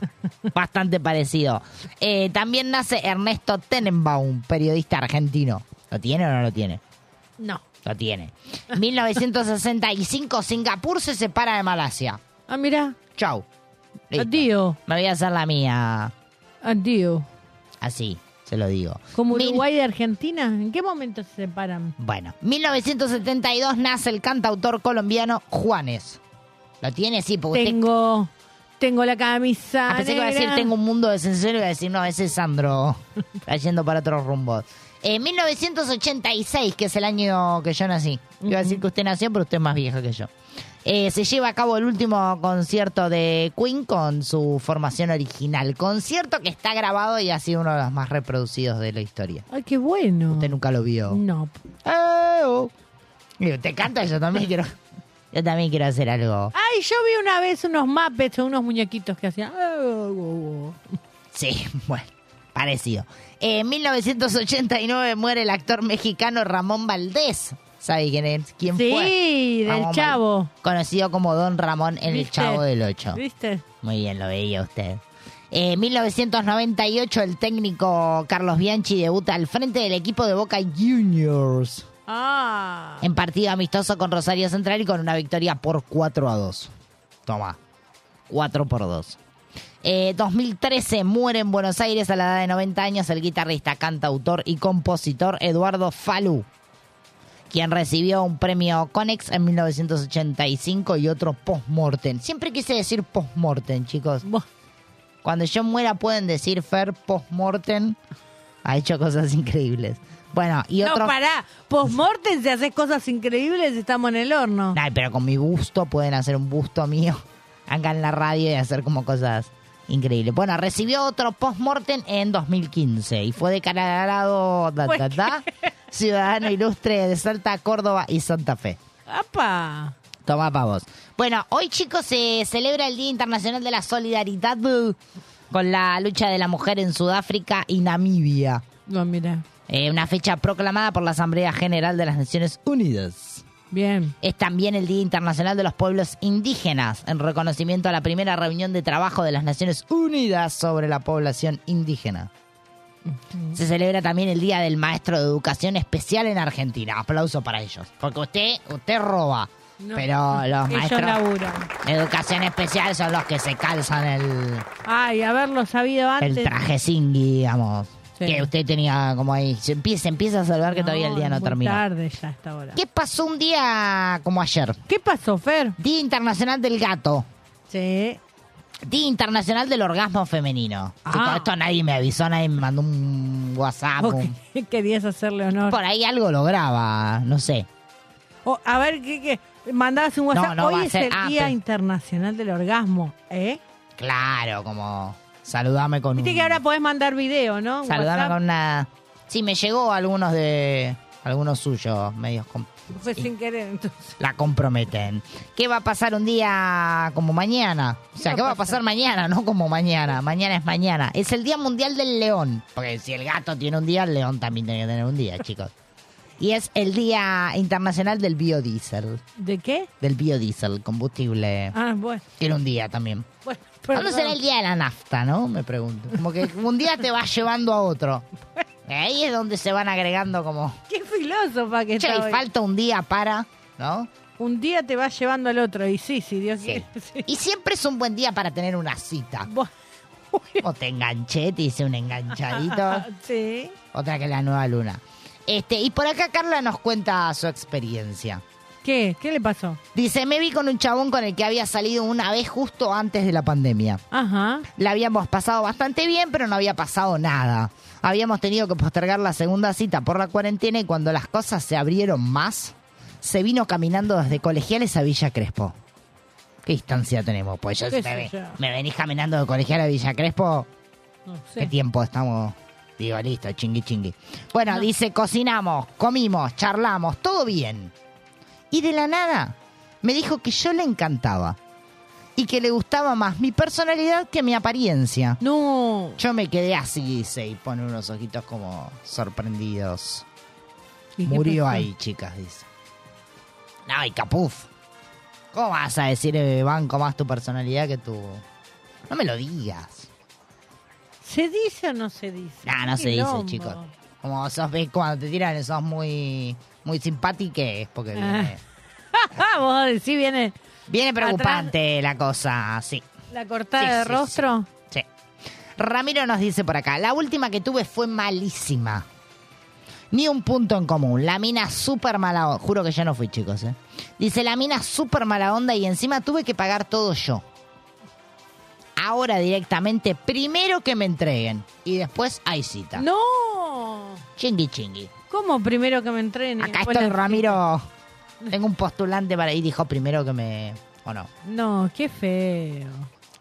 bastante parecido. Eh, también nace Ernesto Tenenbaum, periodista argentino. ¿Lo tiene o no lo tiene?
No.
Lo tiene. 1965, Singapur se separa de Malasia.
Ah, mira.
Chau.
Adiós.
Me voy a hacer la mía.
Adiós.
Así, se lo digo.
Como
Mil- Mm.
Uruguay y Argentina, ¿en qué momento se separan?
Bueno, 1972 nace el cantautor colombiano Juanes. ¿Lo tiene? Sí, porque usted-
Tengo, tengo la camisa.
Ah, pensé que iba a
negra.
decir tengo un mundo de sensaciones y iba a decir, no, ese es Sandro. Está yendo para Eh, otros rumbos. En 1986, que es el año que yo nací. Iba a decir que usted nació, pero usted es más vieja que yo. Eh, se lleva a cabo el último concierto de Queen con su formación original. Concierto que está grabado y ha sido uno de los más reproducidos de la historia.
Ay, qué bueno.
Usted nunca lo vio.
No.
Y usted canta, yo también quiero. Yo también quiero hacer algo.
Ay, yo vi una vez unos mapes o unos muñequitos que hacían. "Ah, oh, oh, oh".
Sí, bueno, parecido. En 1989 muere el actor mexicano Ramón Valdés. ¿Sabe quién es? ¿Quién
Sí,
fue?
del
Ramón Val-
Chavo.
Conocido como Don Ramón en El
¿Viste?
Chavo del Ocho. Eh,
¿Viste?
Muy bien, lo veía usted. En 1998 el técnico Carlos Bianchi debuta al frente del equipo de Boca Juniors.
Ah.
En partido amistoso con Rosario Central y con una victoria por 4 a 2. Toma. 4 por 2. Eh, 2013 muere en Buenos Aires a la edad de 90 años el guitarrista, cantautor y compositor Eduardo Falú, quien recibió un premio Conex en 1985 y otro postmortem. Siempre quise decir postmortem, chicos. Cuando yo muera pueden decir Fer postmortem. Ha hecho cosas increíbles. Bueno, y otro...
No, pará. Postmortem, si haces cosas increíbles, estamos en el horno.
Ay, pero con mi busto pueden hacer un busto mío acá en la radio y hacer como cosas increíbles. Bueno, recibió otro post-mortem en 2015 y fue declarado da, da, da, ciudadano ilustre de Salta, Córdoba y Santa Fe.
¡Apa!
Toma pa' vos. Bueno, hoy chicos se celebra el Día Internacional de la Solidaridad bu, con la lucha de la mujer en Sudáfrica y Namibia.
No, mira.
Eh, una fecha proclamada por la Asamblea General de las Naciones Unidas.
Bien.
Es también el Día Internacional de los Pueblos Indígenas, en reconocimiento a la primera reunión de trabajo de las Naciones Unidas sobre la población indígena. Se celebra también el Día del Maestro de Educación Especial en Argentina. Aplauso para ellos. Porque usted, usted roba.
No.
pero los
Ellos
maestros
laburan.
de educación especial son los que se calzan el,
Ay, haberlo sabido antes.
el traje singui, digamos. Que usted tenía como ahí. Se empieza, se empieza a salvar que todavía el día no
muy
termina.
tarde ya a esta hora.
¿Qué pasó un día como ayer?
¿Qué pasó, Fer?
Día Internacional del Gato.
Sí.
Día Internacional del Orgasmo Femenino.
Ah.
Tipo, Esto nadie me avisó, nadie me mandó un WhatsApp.
Ok,
un-
Querías hacerle honor.
Por ahí algo lograba, no sé.
O, a ver, ¿qué, qué? Mandabas un WhatsApp.
No, no va
Hoy
a
es
ser-
el
ah,
Día
pero-
Internacional del Orgasmo, ¿eh?
Claro, como saludame con
Viste
un-
que ahora podés mandar video, ¿no? Un
Mm. Saludame
WhatsApp.
con una. Sí, me llegó algunos de. Algunos suyos, medios. com-
Fue sin querer, entonces.
La comprometen. ¿Qué va a pasar un día como mañana? O sea, ¿qué va a pasar mañana? No como mañana. Mañana es mañana. Es el Día Mundial del León. Porque si el gato tiene un día, el león también tiene que tener un día, chicos. Y es el Día Internacional del Biodiesel.
¿De qué?
Del biodiesel, combustible.
Ah, bueno.
Tiene un día también.
bueno
¿Cuándo será el día de la nafta, no? Me pregunto. Como que un día te vas llevando a otro. Ahí es donde se van agregando como...
Qué filósofa que
Che,
está
y
hoy.
falta un día para, ¿no?
Un día te vas llevando al otro, y sí, si Dios quiere.
Y siempre es un buen día para tener una cita. O te enganché, te hice un
Ah,
enganchadito.
sí.
Otra que la nueva luna. Este, y por acá Carla nos cuenta su experiencia.
¿Qué? ¿Qué le pasó?
Dice, me vi con un chabón con el que había salido una vez justo antes de la pandemia.
Ajá.
La habíamos pasado bastante bien, pero no había pasado nada. Habíamos tenido que postergar la segunda cita por la cuarentena y cuando las cosas se abrieron más, se vino caminando desde Colegiales a Villa Crespo. ¿Qué distancia tenemos? Pues yo
¿Qué
si
sé
me, ve-
yo?
me venís caminando de Colegiales a Villa Crespo,
No
¿Qué
sé.
tiempo estamos? Digo, listo, chingui chingui. Bueno, dice, cocinamos, comimos, charlamos, todo bien. Y de la nada, me dijo que yo le encantaba. Y que le gustaba más mi personalidad que mi apariencia.
No.
Yo me quedé así, dice, y pone unos ojitos como sorprendidos.
¿Y qué
Murió
pasó?
ahí, chicas, dice. Ay, capuf. ¿Cómo vas a decir, eh, banco más tu personalidad que tu... No me lo digas.
¿Se dice o no se dice?
Ah, no
Qué
se dice,
quilombo.
chicos. Como sos, ves, cuando te tiran, sos muy, muy simpático, es porque viene,
Ah. Vos decís, viene
viene preocupante la cosa, sí.
la cortada
Sí,
de
sí,
rostro.
Sí. Ramiro nos dice por acá, la última que tuve fue malísima. Ni un punto en común. La mina súper mala onda. Juro que yo no fui, chicos. ¿eh? Dice, la mina súper mala onda y encima tuve que pagar todo yo. Ahora directamente, primero que me entreguen. Y después hay cita.
¡No!
Chingui chingui.
¿Cómo primero que me entrene?
Acá
Después
estoy,
la-
Ramiro. Tengo un postulante para... Y dijo primero que me... ¿O no?
No, qué feo.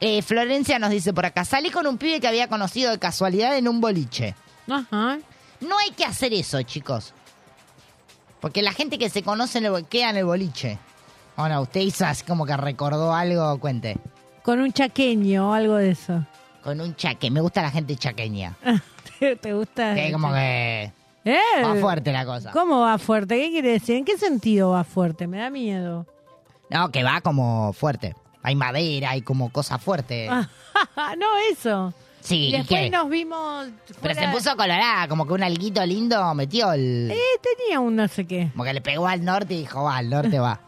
Eh, Florencia nos dice por acá, salí con un pibe que había conocido de casualidad en un boliche.
Ajá.
No hay que hacer eso, chicos. Porque la gente que se conoce lo queda en el boliche. ¿O no? Usted hizo así como que recordó algo, cuente.
Con un chaqueño o algo de eso.
Con un chaque. Me gusta la gente chaqueña.
¿Te, te gusta?
Que como que...
¿Eh?
Va fuerte la cosa.
¿Cómo va fuerte? ¿Qué quiere decir? ¿En qué sentido va fuerte? Me da miedo.
No, que va como fuerte. Hay madera, hay como cosa fuerte.
no, eso.
Sí,
Ah, Y
¿y
después
qué?
nos vimos.
Pero
fuera-
se puso colorada, como que un alguito lindo metió el...
Eh, tenía un no sé qué.
Como que le pegó al norte y dijo, va, al norte va.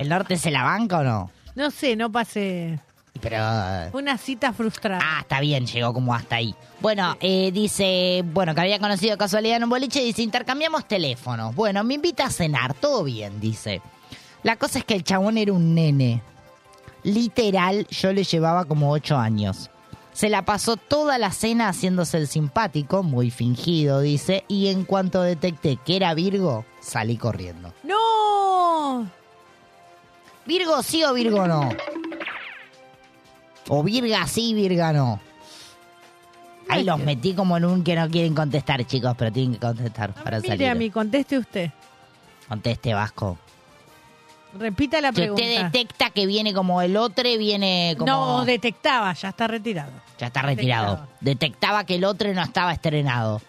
¿El norte se la banca o no?
No sé, no pasé.
Pero...
Fue Una cita frustrada.
Ah, está bien, llegó como hasta ahí. Bueno, eh, dice, bueno, que había conocido de casualidad en un boliche, dice, intercambiamos teléfonos. Bueno, me invita a cenar, todo bien, dice. La cosa es que el chabón era un nene. Literal, yo le llevaba como ocho años. Se la pasó toda la cena haciéndose el simpático, muy fingido, dice, y en cuanto detecté que era Virgo, salí corriendo.
¡No!
Virgo sí o Virgo no. O Virga sí, Virga no. Ahí los metí como en un que no quieren contestar, chicos, pero tienen que contestar para
Mire a
salir.
mí, conteste usted.
Conteste Vasco.
Repita la
Si
pregunta.
usted detecta que viene como el otro, viene como...
No, detectaba, ya está retirado.
ya está retirado. Detectaba que el otro no estaba estrenado.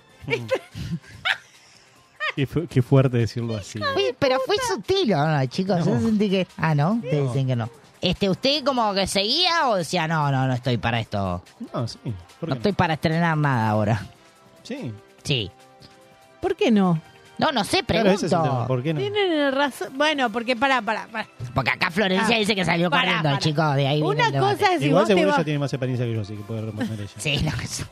Qué, fu- qué fuerte decirlo así.
Fui- pero fui sutil, ¿o ¿no, chicos? Yo sentí que... Ah, ¿no? Te
No.
dicen que no. Este, ¿Usted como que seguía o decía, no, no, no estoy para esto?
No, sí.
No estoy para estrenar nada ahora.
Sí.
Sí.
¿Por qué no?
No, no sé,
Claro, ese es el
pregunto.
tema, ¿por qué no?
Tienen razón. Bueno, porque pará, pará, pará.
Porque acá Florencia
Ah,
dice que salió
pará,
corriendo,
pará.
chicos, de ahí viene
Una
el debate.
cosa es si
Igual
vos te
seguro
vas-
ella tiene más experiencia que yo, así que puede responder ella.
Sí, no, eso,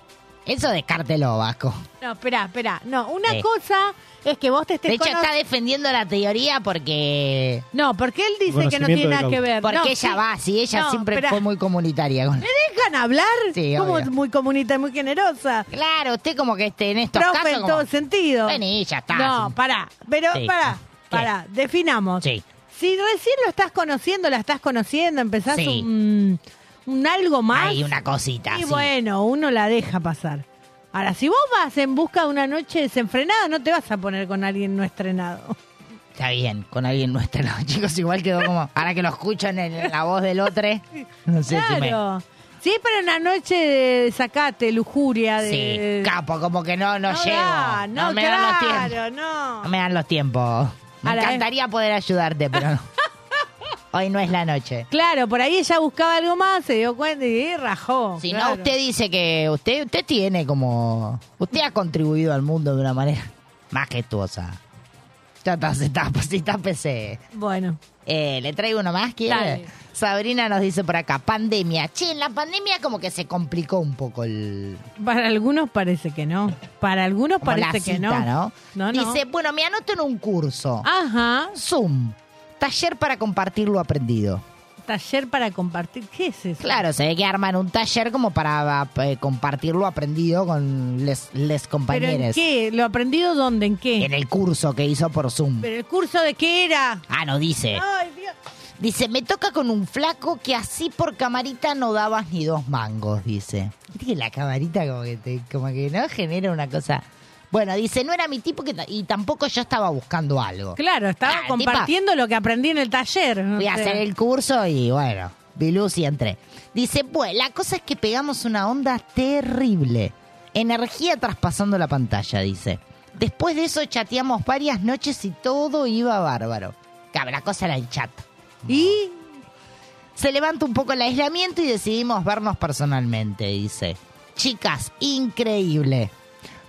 eso descártelo, Vasco.
No, espera, espera. No, una
Sí.
cosa es que vos te estés
De hecho,
cono-
está defendiendo la teoría porque...
No, porque él dice que no tiene nada que ver.
Porque
No,
ella
sí.
va, sí, ella
No,
siempre
espera.
fue muy comunitaria. con-
¿Me dejan hablar?
Sí,
Como
obvio.
muy comunita, muy generosa.
Claro, usted como que esté en estos
Profe,
casos
en
como-
todo sentido.
Vení, ya está.
No, pará. Pero
Sí.
pará, pará. Definamos.
Sí.
Si recién lo estás conociendo, la estás conociendo, empezás
Sí.
un, un algo más.
Hay una cosita,
Y
sí.
bueno, uno la deja pasar. Ahora, si vos vas en busca de una noche desenfrenada, no te vas a poner con alguien no estrenado.
Está bien, con alguien no está. No, chicos, igual quedó como... Ahora que lo escucho en, el- en la voz del otro, no sé si me...
claro. Sí, pero una noche de sacate, lujuria,
Sí,
de...
capo, como que no, no,
No
llego.
da, no,
me dan los
claro,
tiempos.
no.
No me dan los tiempos. Me
Ahora, eh.
encantaría poder ayudarte, pero no. Hoy no es la noche.
Claro, por ahí ella buscaba algo más, se dio cuenta y rajó.
Si
claro.
no, usted dice que usted, usted tiene como... Usted ha contribuido al mundo de una manera majestuosa. Ya está, se tapa, se tápese.
Bueno.
Eh, Le traigo uno más, ¿quiere?
Dale.
Sabrina nos dice por acá, pandemia. Che, en la pandemia como que se complicó un poco el...
Para algunos parece que no. Para algunos
como la
parece que no.
cita, ¿no?
No, no.
Dice, bueno, me anoto en un curso.
Ajá.
Zoom. Taller para compartir lo aprendido.
Taller para compartir. ¿Qué es eso?
Claro, se ve que arman un taller como para eh, compartir lo aprendido con les, les
¿Pero en
compañeros.
qué? ¿Lo aprendido dónde? ¿En qué?
En el curso que hizo por Zoom.
¿Pero el curso de qué era?
Ah, no dice.
Ay, Dios.
Dice, me toca con un flaco que así por camarita no dabas ni dos mangos, dice. Viste que la camarita como que, te- como que no genera una cosa... Bueno, dice, no era mi tipo que ta- y tampoco yo estaba buscando algo.
Claro, estaba
Ah,
compartiendo lo que aprendí en el taller. no
Fui a
sé.
hacer el curso y bueno, vi luz y entré. Dice, pues, la cosa es que pegamos una onda terrible. Energía traspasando la pantalla, dice. Después de eso chateamos varias noches y todo iba bárbaro. Cabe, la cosa era el chat.
¿Y?
Se levanta un poco el aislamiento y decidimos vernos personalmente, dice. Chicas, increíble.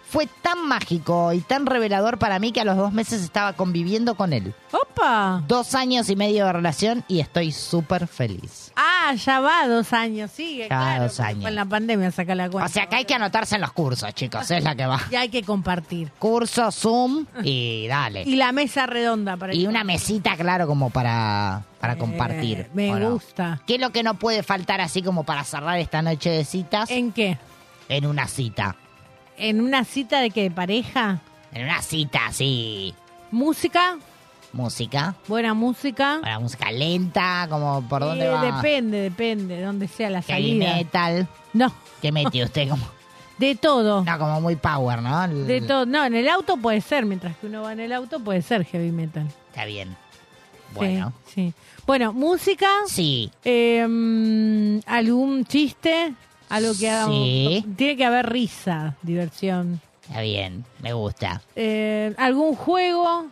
Fue tan mágico y tan revelador para mí que a los dos meses estaba conviviendo con él.
¡Opa!
Dos años y medio de relación y estoy súper feliz.
Ah, ya va dos años, sigue.
Ya
Eh, claro,
dos
porque
años.
Con la pandemia saca la cuenta.
O sea que hay que anotarse en los cursos, chicos, es la que va.
Ya hay que compartir.
Curso, Zoom y dale.
Y la mesa redonda para
Y una mesita, claro, como para, para compartir.
Eh, me
¿o no?
gusta.
¿Qué es lo que no puede faltar así como para cerrar esta noche de citas?
¿En qué?
En una cita.
¿En una cita de qué? ¿De pareja?
En una cita, sí.
¿Música?
Música.
¿Buena música?
Para música lenta, como por dónde
Eh,
va.
Depende, depende, dónde sea la
Heavy
salida.
metal.
No.
¿Qué metió usted? Como,
De todo.
no, como muy power, ¿no? El-
De todo. No, en el auto puede ser, mientras que uno va en el auto puede ser heavy metal.
Está bien. Bueno.
Sí. sí. Bueno, música.
Sí.
Eh, mm, algún chiste. Algo que haga.
Sí.
Tiene que haber risa, diversión.
Está bien. Me gusta.
Eh, algún juego.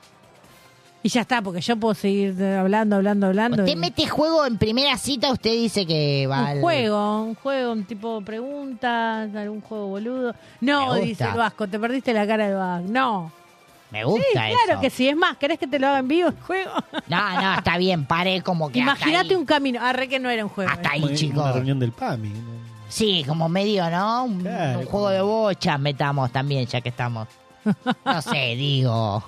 Y ya está, porque yo puedo seguir eh, hablando, hablando, hablando.
Usted
Y-
mete juego en primera cita, usted dice que va al...
un juego, un juego, un tipo de preguntas, algún juego boludo. No,
Me gusta.
dice el Vasco, te perdiste la cara del Vasco. No.
Me gusta
sí, claro
eso.
que sí. Es más, ¿querés que te lo haga en vivo el juego?
No, no, está bien, pare como que hasta
Imagínate un camino. Arre que no era un juego.
Hasta
eh.
ahí,
Una-
chicos.
Una reunión del PAMI.
ahí. Sí, como medio, ¿no? Un,
Claro,
un juego de bochas metamos también, ya que estamos. No sé, digo.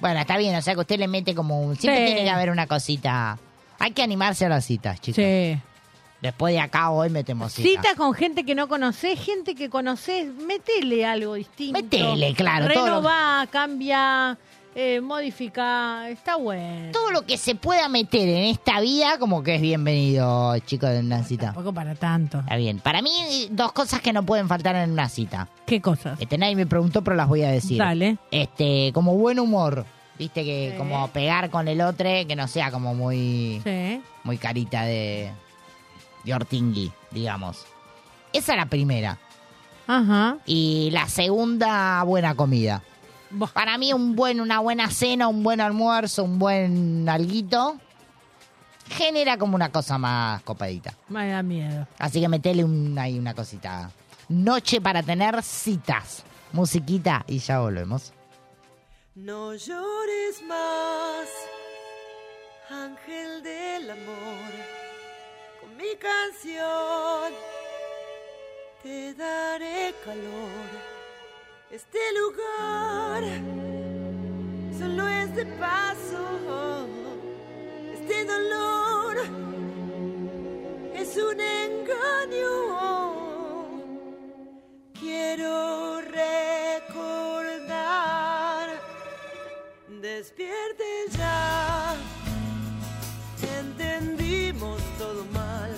Bueno, está bien, o sea que usted le mete como un... Siempre
Sí.
tiene que haber una cosita. Hay que animarse a las citas, chicos.
Sí.
Después de acá hoy metemos citas.
Cita con gente que no conocés, gente que conocés, metele algo distinto.
Metele, claro, todo lo-
Renová, cambia, eh, modifica, está bueno.
Todo lo que se pueda meter en esta vida como que es bienvenido, chicos, en una cita.
Tampoco para tanto.
Está bien. Para mí, dos cosas que no pueden faltar en una cita.
¿Qué cosas?
Este, nadie me preguntó, pero las voy a decir.
Dale.
Este, como buen humor. Viste que
Sí.
como pegar con el otro, que no sea como muy,
Sí.
muy carita de, de Ortingui, digamos. Esa es la primera.
Ajá.
Y la segunda, buena comida. Para mí un buen, una buena cena, un buen almuerzo, un buen alguito, genera como una cosa más copadita.
Me da miedo.
Así que metele un- ahí una cosita. Noche para tener citas. Musiquita y ya volvemos.
No llores más, ángel del amor, con mi canción te daré calor. Este lugar solo es de paso, este dolor es un engaño. Quiero recordar Despierte ya. Entendimos todo mal.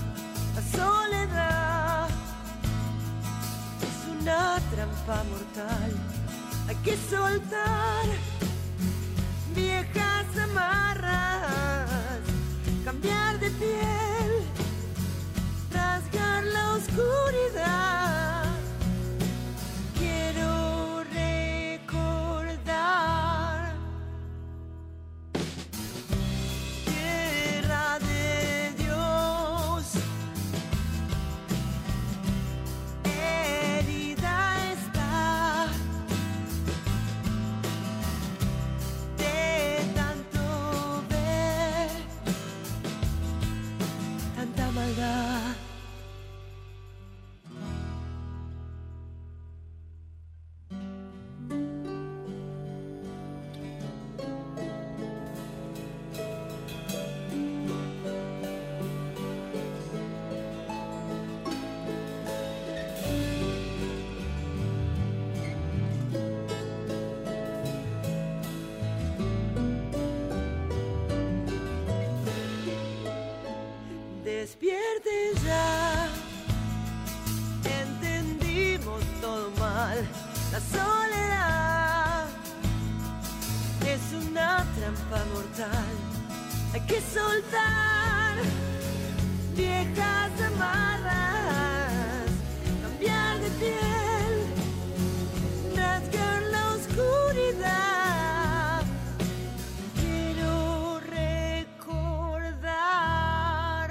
La soledad es una trampa mortal. Hay que soltar viejas amarras, cambiar de piel, rasgar la oscuridad. Quiero recordar tierra de Dios, herida está de tanto ver tanta maldad. Despierte ya. Entendimos todo mal. La soledad es una trampa mortal. Hay que soltar viejas amarras, cambiar de piel, rasgar la oscuridad. Quiero recordar.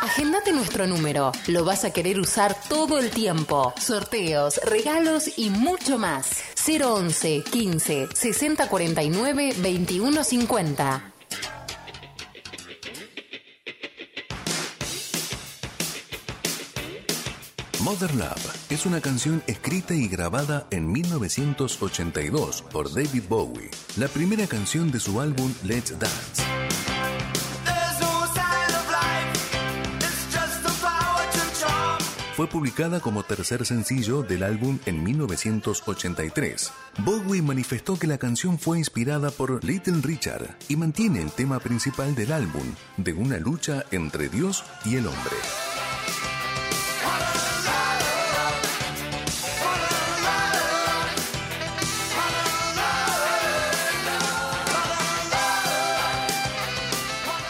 Agendate nuestro número. Lo vas a querer usar todo el tiempo. Sorteos, regalos y mucho más. 011 15 60 49 21 50.
Mother Love es una canción escrita y grabada en 1982 por David Bowie, la primera canción de su álbum Let's Dance.
There's no sign of life. It's just a flower to charm.
Fue publicada como tercer sencillo del álbum en 1983. Bowie manifestó que la canción fue inspirada por Little Richard y mantiene el tema principal del álbum, de una lucha entre Dios y el hombre.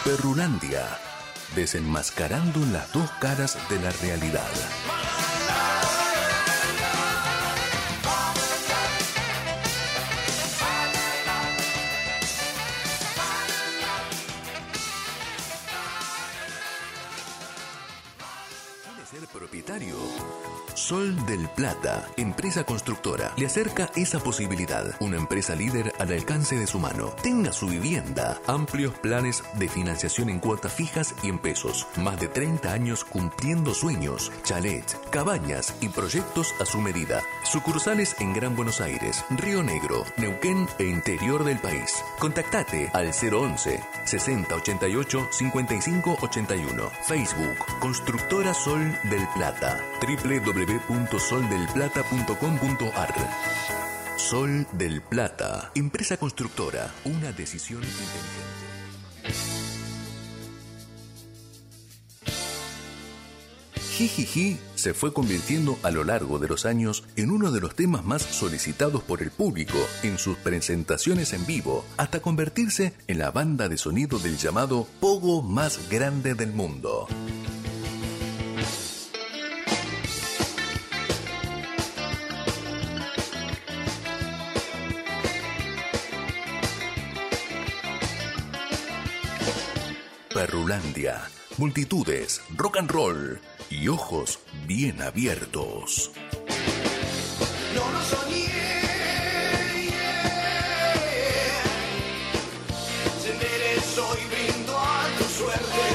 Perrulandia. desenmascarando las dos caras de la realidad. Ser propietario. Sol del Plata, empresa constructora, le acerca esa posibilidad. Una empresa líder al alcance de su mano. Tenga su vivienda. Amplios planes de financiación en cuotas fijas y en pesos. Más de 30 años cumpliendo sueños, chalets, cabañas y proyectos a su medida. Sucursales en Gran Buenos Aires, Río Negro, Neuquén e interior del país. Contactate al 011 6088 5581. Facebook Constructora Sol del Plata. www.soldelplata.com.ar. Sol del Plata, empresa constructora, una decisión inteligente. Jijiji se fue convirtiendo a lo largo de los años en uno de los temas más solicitados por el público en sus presentaciones en vivo, hasta convertirse en la banda de sonido del llamado Pogo más grande del mundo. Perrulandia, multitudes, rock and roll y ojos bien abiertos.
No lo soñé. yeah. Te enderezo y brindo a tu suerte.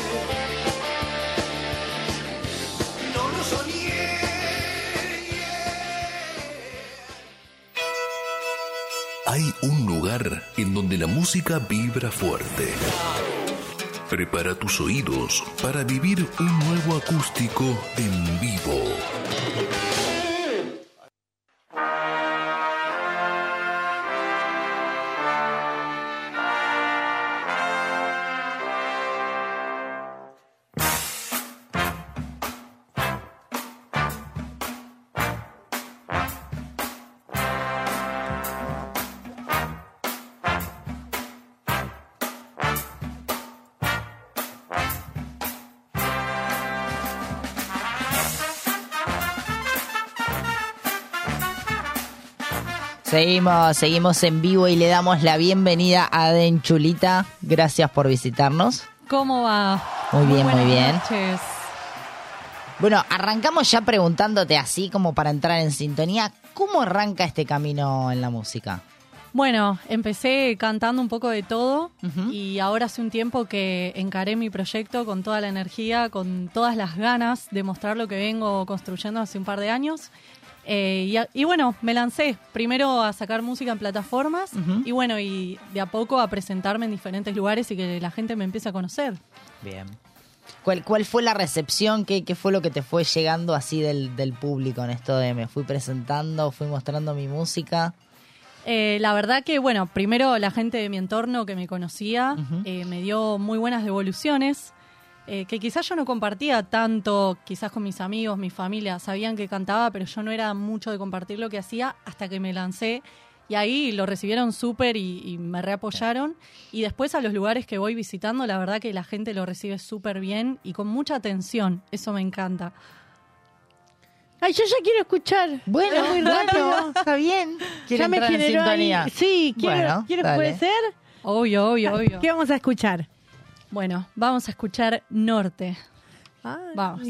No lo soñé.
Hay un lugar en donde la música vibra fuerte. Prepara tus oídos para vivir un nuevo acústico en vivo.
Seguimos, seguimos en vivo y le damos la bienvenida a Den Chulita. Gracias por visitarnos.
¿Cómo va?
Muy bien, muy
buenas
bien.
noches.
Bueno, arrancamos ya preguntándote así como para entrar en sintonía, ¿cómo arranca este camino en la música?
Bueno, empecé cantando un poco de todo y ahora hace un tiempo que encaré mi proyecto con toda la energía, con todas las ganas de mostrar lo que vengo construyendo hace un par de años. Eh, y, a- y bueno, me lancé primero a sacar música en plataformas
Ujú.
y bueno, y de a poco a presentarme en diferentes lugares y que la gente me empiece a conocer.
Bien. ¿Cuál, cuál fue la recepción? ¿Qué, qué fue lo que te fue llegando así del, del público en esto de me fui presentando, fui mostrando mi música?
Eh, la verdad que, bueno, primero la gente de mi entorno que me conocía eh, me dio muy buenas devoluciones, eh, que quizás yo no compartía tanto, quizás con mis amigos, mi familia, sabían que cantaba, pero yo no era mucho de compartir lo que hacía hasta que me lancé. Y ahí lo recibieron súper y, y me reapoyaron. Y después a los lugares que voy visitando, la verdad que la gente lo recibe súper bien y con mucha atención. Eso me encanta.
Ay, yo ya quiero escuchar.
Bueno,
muy
bueno,
rápido.
está bien. Quiere
ya me
entrar en
generó
sintonía.
ahí. Sí, quiero,
Bueno,
quiero
dale.
puede ser.
Obvio, obvio, obvio.
¿Qué vamos a escuchar?
Bueno, vamos a escuchar Norte. Vamos.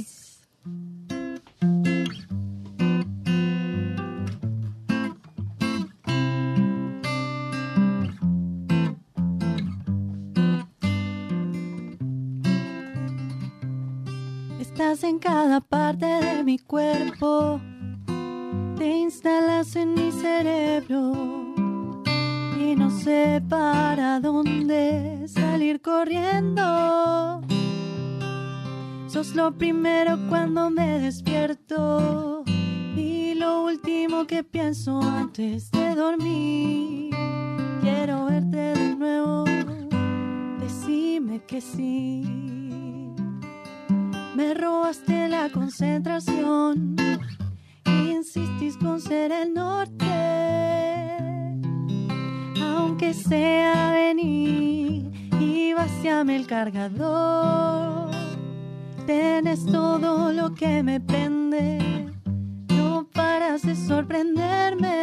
Estás en cada parte de mi cuerpo, te instalas en mi cerebro y no sé para dónde salir corriendo. Sos lo primero cuando me despierto y lo último que pienso antes de dormir. Quiero verte de nuevo, decime que sí. Me robaste la concentración. Insistís con ser el norte. Aunque sea venir y vaciame el cargador. Tenés todo lo que me prende. No paras de sorprenderme.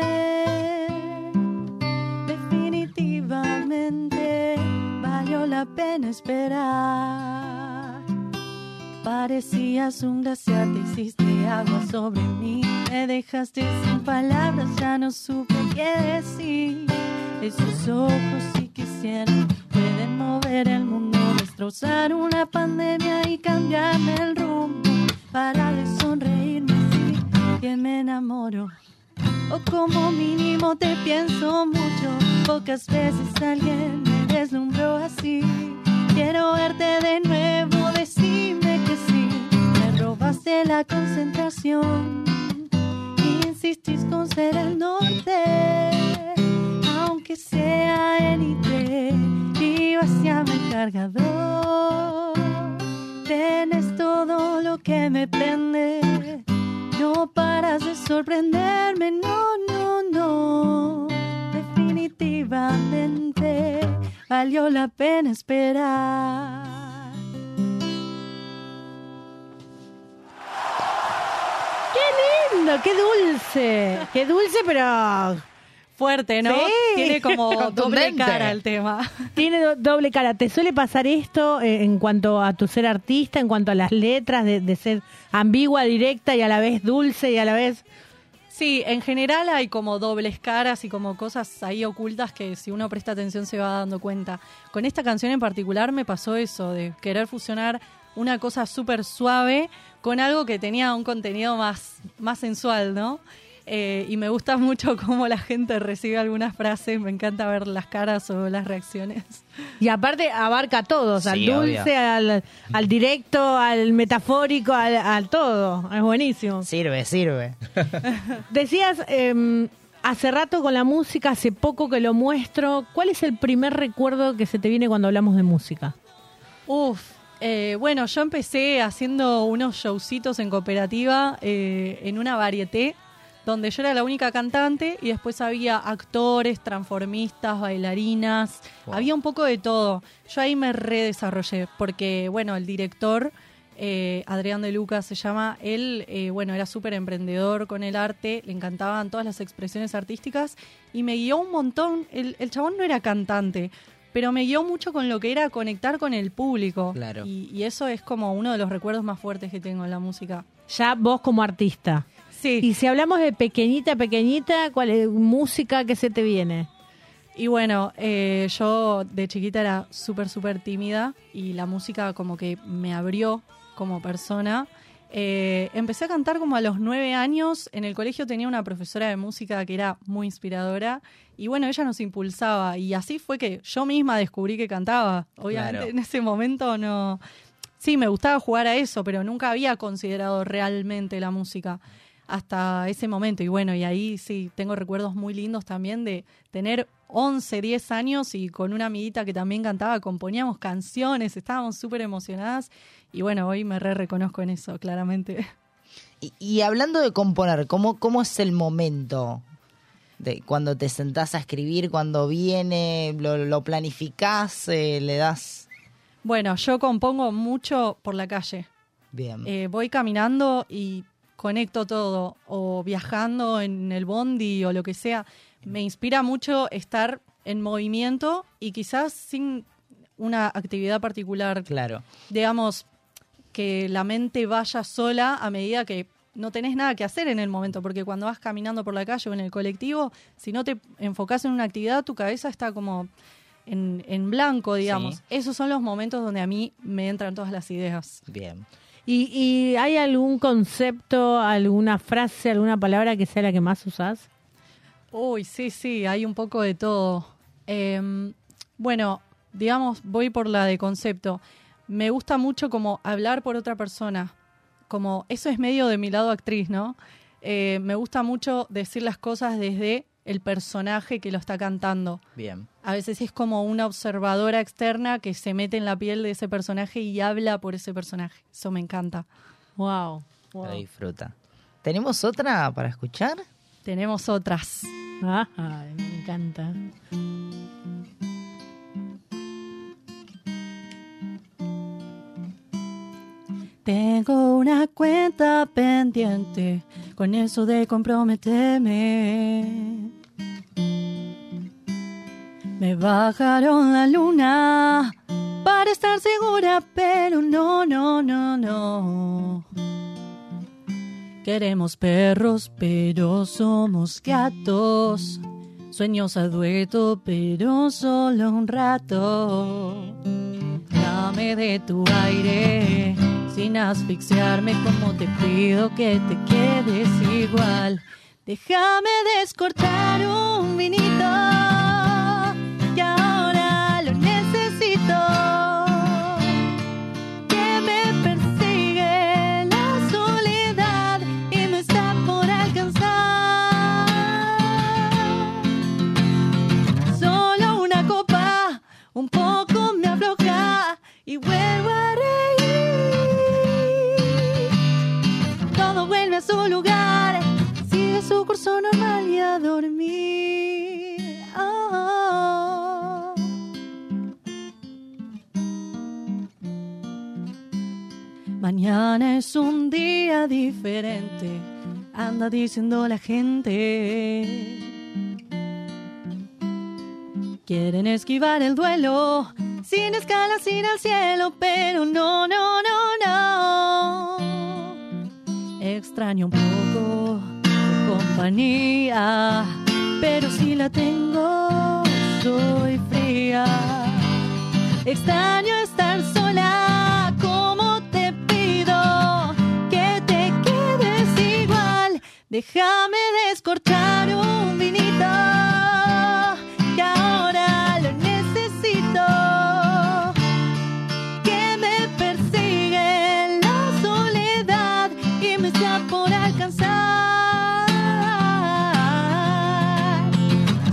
Definitivamente valió la pena esperar. Parecías un glaciar, te hiciste agua sobre mí. Me dejaste sin palabras, ya no supe qué decir. Esos ojos si quisieran pueden mover el mundo, destrozar una pandemia y cambiarme el rumbo. Para de sonreírme así que me enamoro. O como mínimo te pienso mucho. Pocas veces alguien me deslumbró así. Quiero verte de nuevo, decime que sí. Me robaste la concentración. Insistís con ser el norte, aunque sea en IT y vaciame el cargador. Tienes todo lo que me prende. No paras de sorprenderme, no, no, no. Definitivamente valió la pena esperar.
¡Qué lindo! ¡Qué dulce! ¡Qué dulce, pero.
Fuerte, ¿no?
Sí.
Tiene como doble
Contundente.
cara el tema.
Tiene do- doble cara. ¿Te suele pasar esto eh, en cuanto a tu ser artista, en cuanto a las letras, de, de ser ambigua, directa y a la vez dulce y a la vez...
Sí, en general hay como dobles caras y como cosas ahí ocultas que si uno presta atención se va dando cuenta. Con esta canción en particular me pasó eso, de querer fusionar una cosa súper suave con algo que tenía un contenido más, más sensual, ¿no? Eh, y me gusta mucho cómo la gente recibe algunas frases, me encanta ver las caras o las reacciones.
Y aparte abarca a todos, al
Sí, obvio.
dulce, al, al directo, al metafórico, al, al todo. Es buenísimo.
Sirve, sirve.
Decías, eh, hace rato con la música, hace poco que lo muestro, ¿cuál es el primer recuerdo que se te viene cuando hablamos de música?
Uf, eh, bueno, yo empecé haciendo unos showcitos en cooperativa eh, en una varieté donde yo era la única cantante y después había actores, transformistas, bailarinas,
Wow.
había un poco de todo. Yo ahí me redesarrollé porque, bueno, el director, eh, Adrián de Lucas se llama, él, eh, bueno, era súper emprendedor con el arte, le encantaban todas las expresiones artísticas y me guió un montón. El, el chabón no era cantante, pero me guió mucho con lo que era conectar con el público.
Claro.
Y, y eso es como uno de los recuerdos más fuertes que tengo en la música.
Ya vos como artista.
Sí.
Y si hablamos de pequeñita, pequeñita, ¿cuál es música que se te viene?
Y bueno, eh, yo de chiquita era súper, súper tímida y la música como que me abrió como persona. Eh, empecé a cantar como a los nueve años. En el colegio tenía una profesora de música que era muy inspiradora y bueno, ella nos impulsaba y así fue que yo misma descubrí que cantaba. Obviamente
Claro.
en ese momento no... Sí, me gustaba jugar a eso, pero nunca había considerado realmente la música hasta ese momento. Y bueno, y ahí sí, tengo recuerdos muy lindos también de tener 11, 10 años y con una amiguita que también cantaba, componíamos canciones, estábamos súper emocionadas. Y bueno, hoy me re reconozco en eso, claramente.
Y, y hablando de componer, ¿cómo, cómo es el momento? De cuando te sentás a escribir, cuando viene, lo, lo planificás, eh, le das...
Bueno, yo compongo mucho por la calle.
Bien.
Eh, voy caminando y conecto todo, o viajando en el bondi o lo que sea. Me inspira mucho estar en movimiento y quizás sin una actividad particular.
Claro.
Digamos, que la mente vaya sola a medida que no tenés nada que hacer en el momento, porque cuando vas caminando por la calle o en el colectivo, si no te enfocas en una actividad, tu cabeza está como en, en blanco, digamos.
Sí.
Esos son los momentos donde a mí me entran todas las ideas.
Bien.
¿Y, y hay algún concepto, alguna frase, alguna palabra que sea la que más usás?
Uy, sí, sí, hay un poco de todo. Em, bueno, digamos, voy por la de concepto. Me gusta mucho como hablar por otra persona. Como eso es medio de mi lado actriz, ¿no? Eh, me gusta mucho decir las cosas desde el personaje que lo está cantando.
Bien.
A veces es como una observadora externa que se mete en la piel de ese personaje y habla por ese personaje. Eso me encanta.
Wow.
Lo disfruta. ¿Tenemos otra para escuchar?
Tenemos otras.
Ay, me encanta.
Tengo una cuenta pendiente con eso de comprometerme. Me bajaron la luna para estar segura, pero no, no, no, no. Queremos perros, pero somos gatos. Sueños a dueto, pero solo un rato. Dame de tu aire, sin asfixiarme, como te pido que te quedes igual. Déjame descortar un vinito, que ahora lo necesito. Que me persigue la soledad y me está por alcanzar. Solo una copa, un poco me afloja y vuelvo a reír. Todo vuelve a su lugar, sigue su curso normal y a dormir. Ah. Mañana es un día diferente, anda diciendo la gente. Quieren esquivar el duelo, sin escalas, ir al cielo, pero no, no, no, no. Extraño un poco tu compañía, pero si la tengo, soy fría. Extraño estar sola, como te pido que te quedes igual. Déjame descorchar un vinito que ahora lo necesito. Que me persigue la soledad y me está por alcanzar.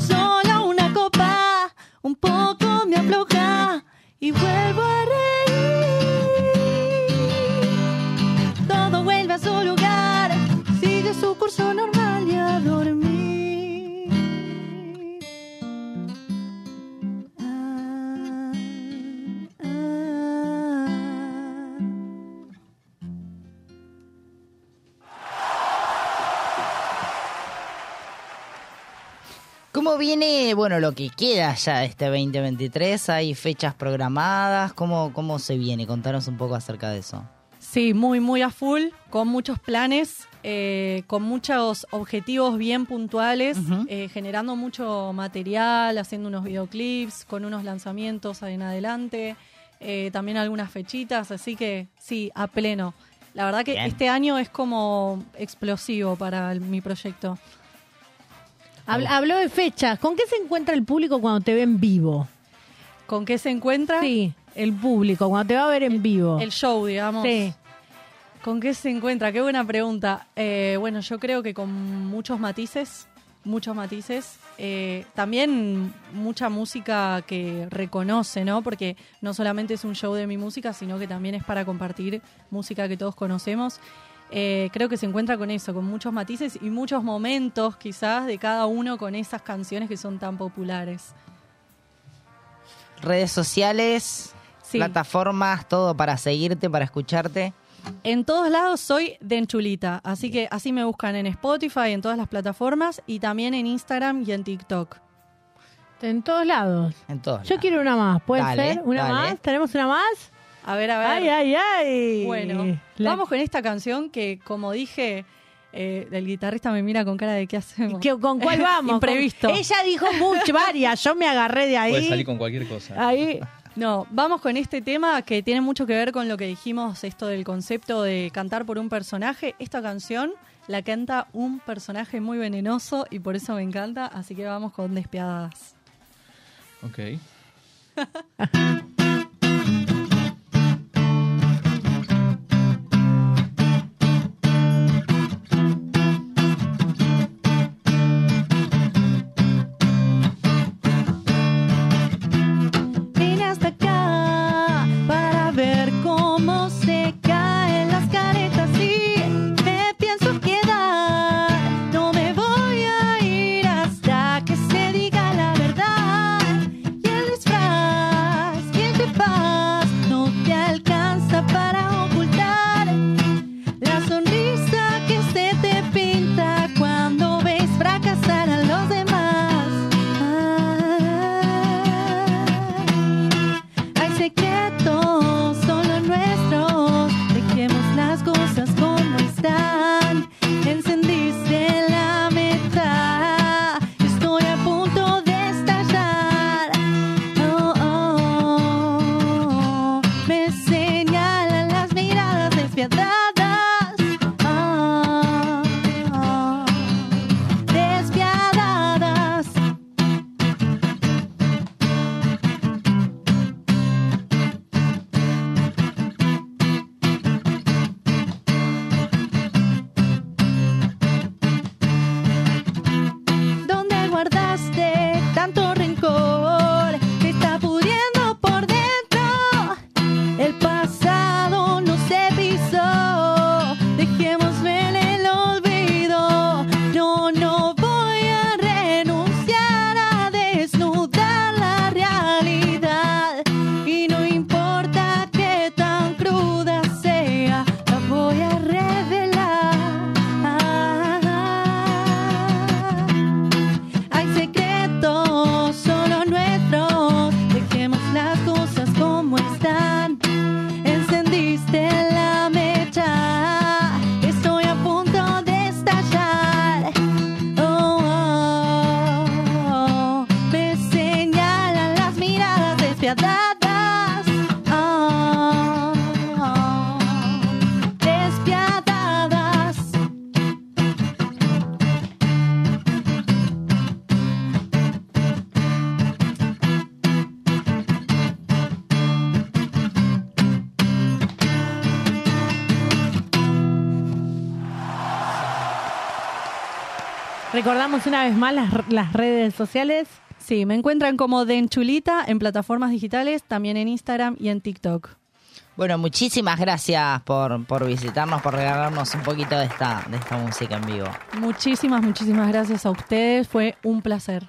Solo una copa, un poco me afloja y vuelvo a reír. Todo vuelve a su lugar, sigue su curso normal y a dormir.
¿Cómo viene, bueno, lo que queda ya de este 2023? ¿Hay fechas programadas? ¿Cómo, cómo se viene? Contanos un poco acerca de eso.
Sí, muy, muy a full, con muchos planes, eh, con muchos objetivos bien puntuales, eh, generando mucho material, haciendo unos videoclips, con unos lanzamientos en adelante, eh, también algunas fechitas, así que sí, a pleno. La verdad que
Bien.
este año es como explosivo para el- mi proyecto.
Habl- habló de fechas. ¿Con qué se encuentra el público cuando te ve en vivo?
¿Con qué se encuentra?
Sí, el público, cuando te va a ver en vivo.
El show, digamos.
Sí.
¿Con qué se encuentra? Qué buena pregunta. Eh, bueno, yo creo que con muchos matices, muchos matices. Eh, también mucha música que reconoce, ¿no? Porque no solamente es un show de mi música, sino que también es para compartir música que todos conocemos. Eh, creo que se encuentra con eso, con muchos matices y muchos momentos quizás de cada uno con esas canciones que son tan populares.
Redes sociales,
Sí.
plataformas, todo para seguirte, para escucharte.
En todos lados soy Denchulita, así que así me buscan en Spotify, en todas las plataformas y también en Instagram y en TikTok.
En todos lados.
En todos
Yo quiero una más, ¿puede
Dale,
ser? ¿Una
dale.
más? ¿Tenemos una más?
A ver, a ver.
Ay, ay, ay.
Bueno, vamos con esta canción que, como dije, eh, el guitarrista me mira con cara de qué hacemos.
¿Qué- ¿Con cuál vamos?
Imprevisto.
Con- Ella dijo mucho, varias. Yo me agarré de
Puede
ahí.
salir con cualquier
Ah.
cosa.
Ahí.
No, vamos con este tema que tiene mucho que ver con lo que dijimos, esto del concepto de cantar por un personaje. Esta canción la canta un personaje muy venenoso y por eso me encanta, así que vamos con Despiadadas.
Ok.
Vine hasta acá para ver cómo se caen las caretas y me pienso quedar. No me voy a ir hasta que se diga la verdad. Y el disfraz, y el Ah. Oh, Ah, Oh, Oh, Recordamos una vez más las, las redes sociales.
Sí, me encuentran como Denchulita en plataformas digitales, también en Instagram y en TikTok.
Bueno, muchísimas gracias por, por visitarnos, por regalarnos un poquito de esta, de esta música en vivo.
Muchísimas, muchísimas gracias a ustedes. Fue un placer.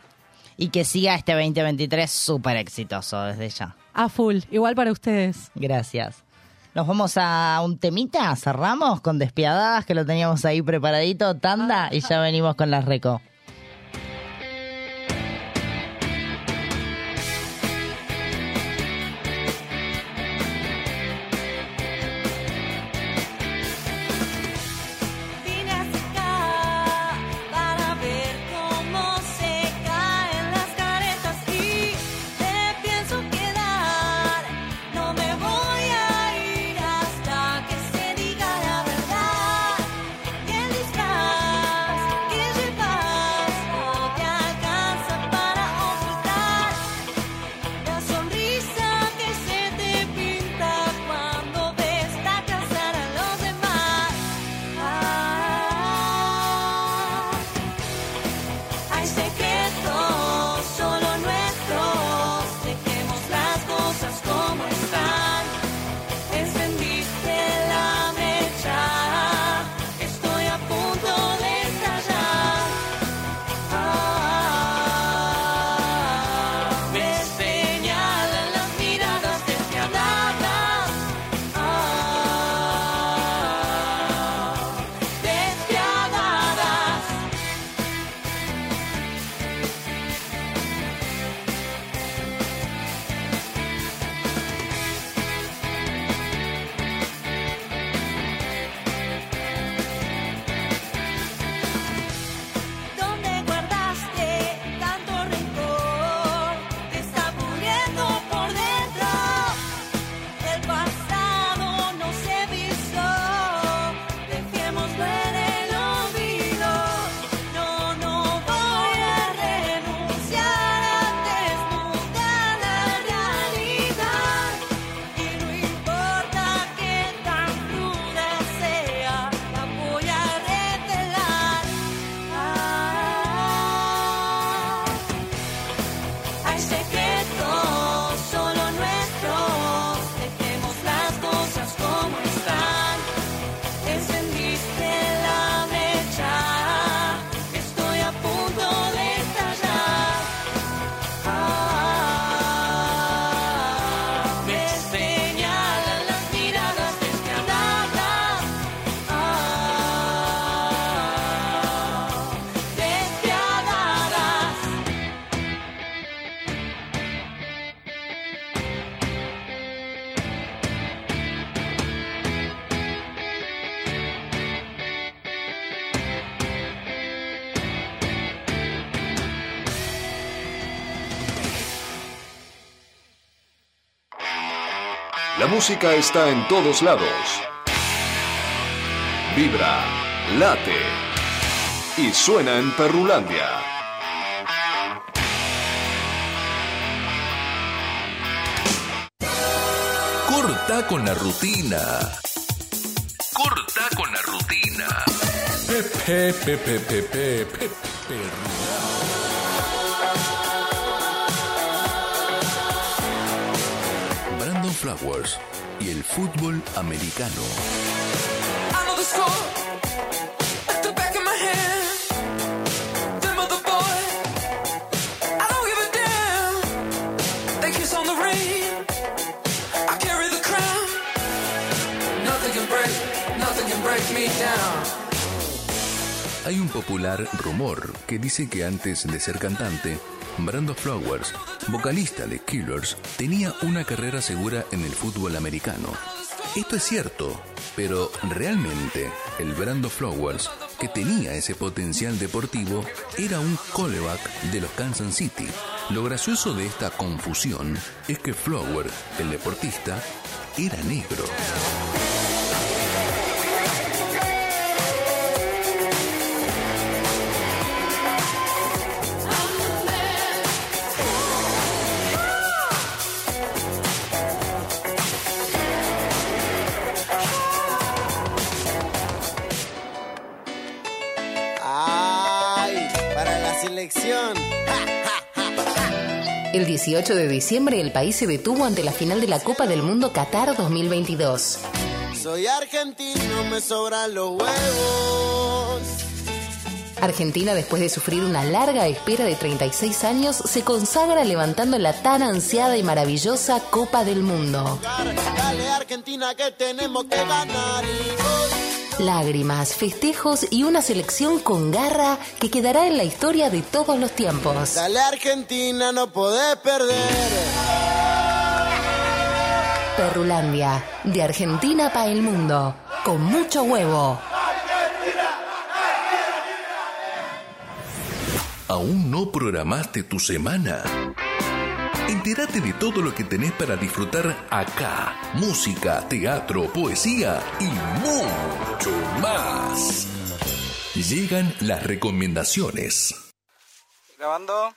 Y que siga este 2023 súper exitoso desde ya.
A full. Igual para ustedes.
Gracias. Nos vamos a un temita, cerramos con Despiadadas, que lo teníamos ahí preparadito, tanda, y ya venimos con las reco.
Vine acá para ver cómo se caen las caretas y te pienso quedar. No me voy a ir hasta que se diga la verdad. Que el disfraz que llevas no te alcanza para ocultar la sonrisa que se te pinta cuando ves fracasar a los demás. Ah, hay secretos, solo nuestros. Dejemos las cosas como están. Encendiste la mecha. Estoy a punto de estallar. Ah, me señalan las miradas despiadadas. Ah, despiadadas. ¿Dónde guardaste tanto rencor? Te está muriendo por dentro. El pasado no se visó. Dejémoslo en el olvido. No, no voy a renunciar a desnudar la realidad. Y no importa que tan cruda sea, la voy a revelar. Ah, hay secretos, solo nuestros. Dejemos las cosas como están. Encendiste la mecha. Estoy a punto de estallar. Ah, me señalan las miradas descarnadas. Ah, despiadadas.
La música está en todos lados. Vibra, late y suena en Perrulandia.
Corta con la rutina. Corta con la rutina. Pepe, pepe, pepe, pepe, Perrulán. Brandon Flowers y el fútbol americano.
I know the score at the back of my hand. Them other boys, I don't give a damn. They kiss on the ring. I carry the crown. Nothing can break, nothing can break me down.
Hay un popular rumor que dice que antes de ser cantante, Brando Flowers, vocalista de Killers, tenía una carrera segura en el fútbol americano. Esto es cierto, pero realmente el Brando Flowers, que tenía ese potencial deportivo, era un coleback de los Kansas City. Lo gracioso de esta confusión es que Flower, el deportista, era negro.
Ay, selección.
El 18 de diciembre el país se detuvo ante la final de la Copa del Mundo Qatar 2022.
Soy argentino, me sobran los huevos.
Argentina, después de sufrir una larga espera de 36 años, se consagra levantando la tan ansiada y maravillosa Copa del Mundo.
Dale Argentina que tenemos que ganar. y gol.
Lágrimas, festejos y una selección con garra que quedará en la historia de todos los tiempos.
Dale Argentina, no podés perder.
Perrulandia, de Argentina para el mundo, con mucho huevo.
¿Aún no programaste tu semana? Entérate de todo lo que tenés para disfrutar acá. Música, teatro, poesía y mucho más. Llegan las recomendaciones.
Grabando.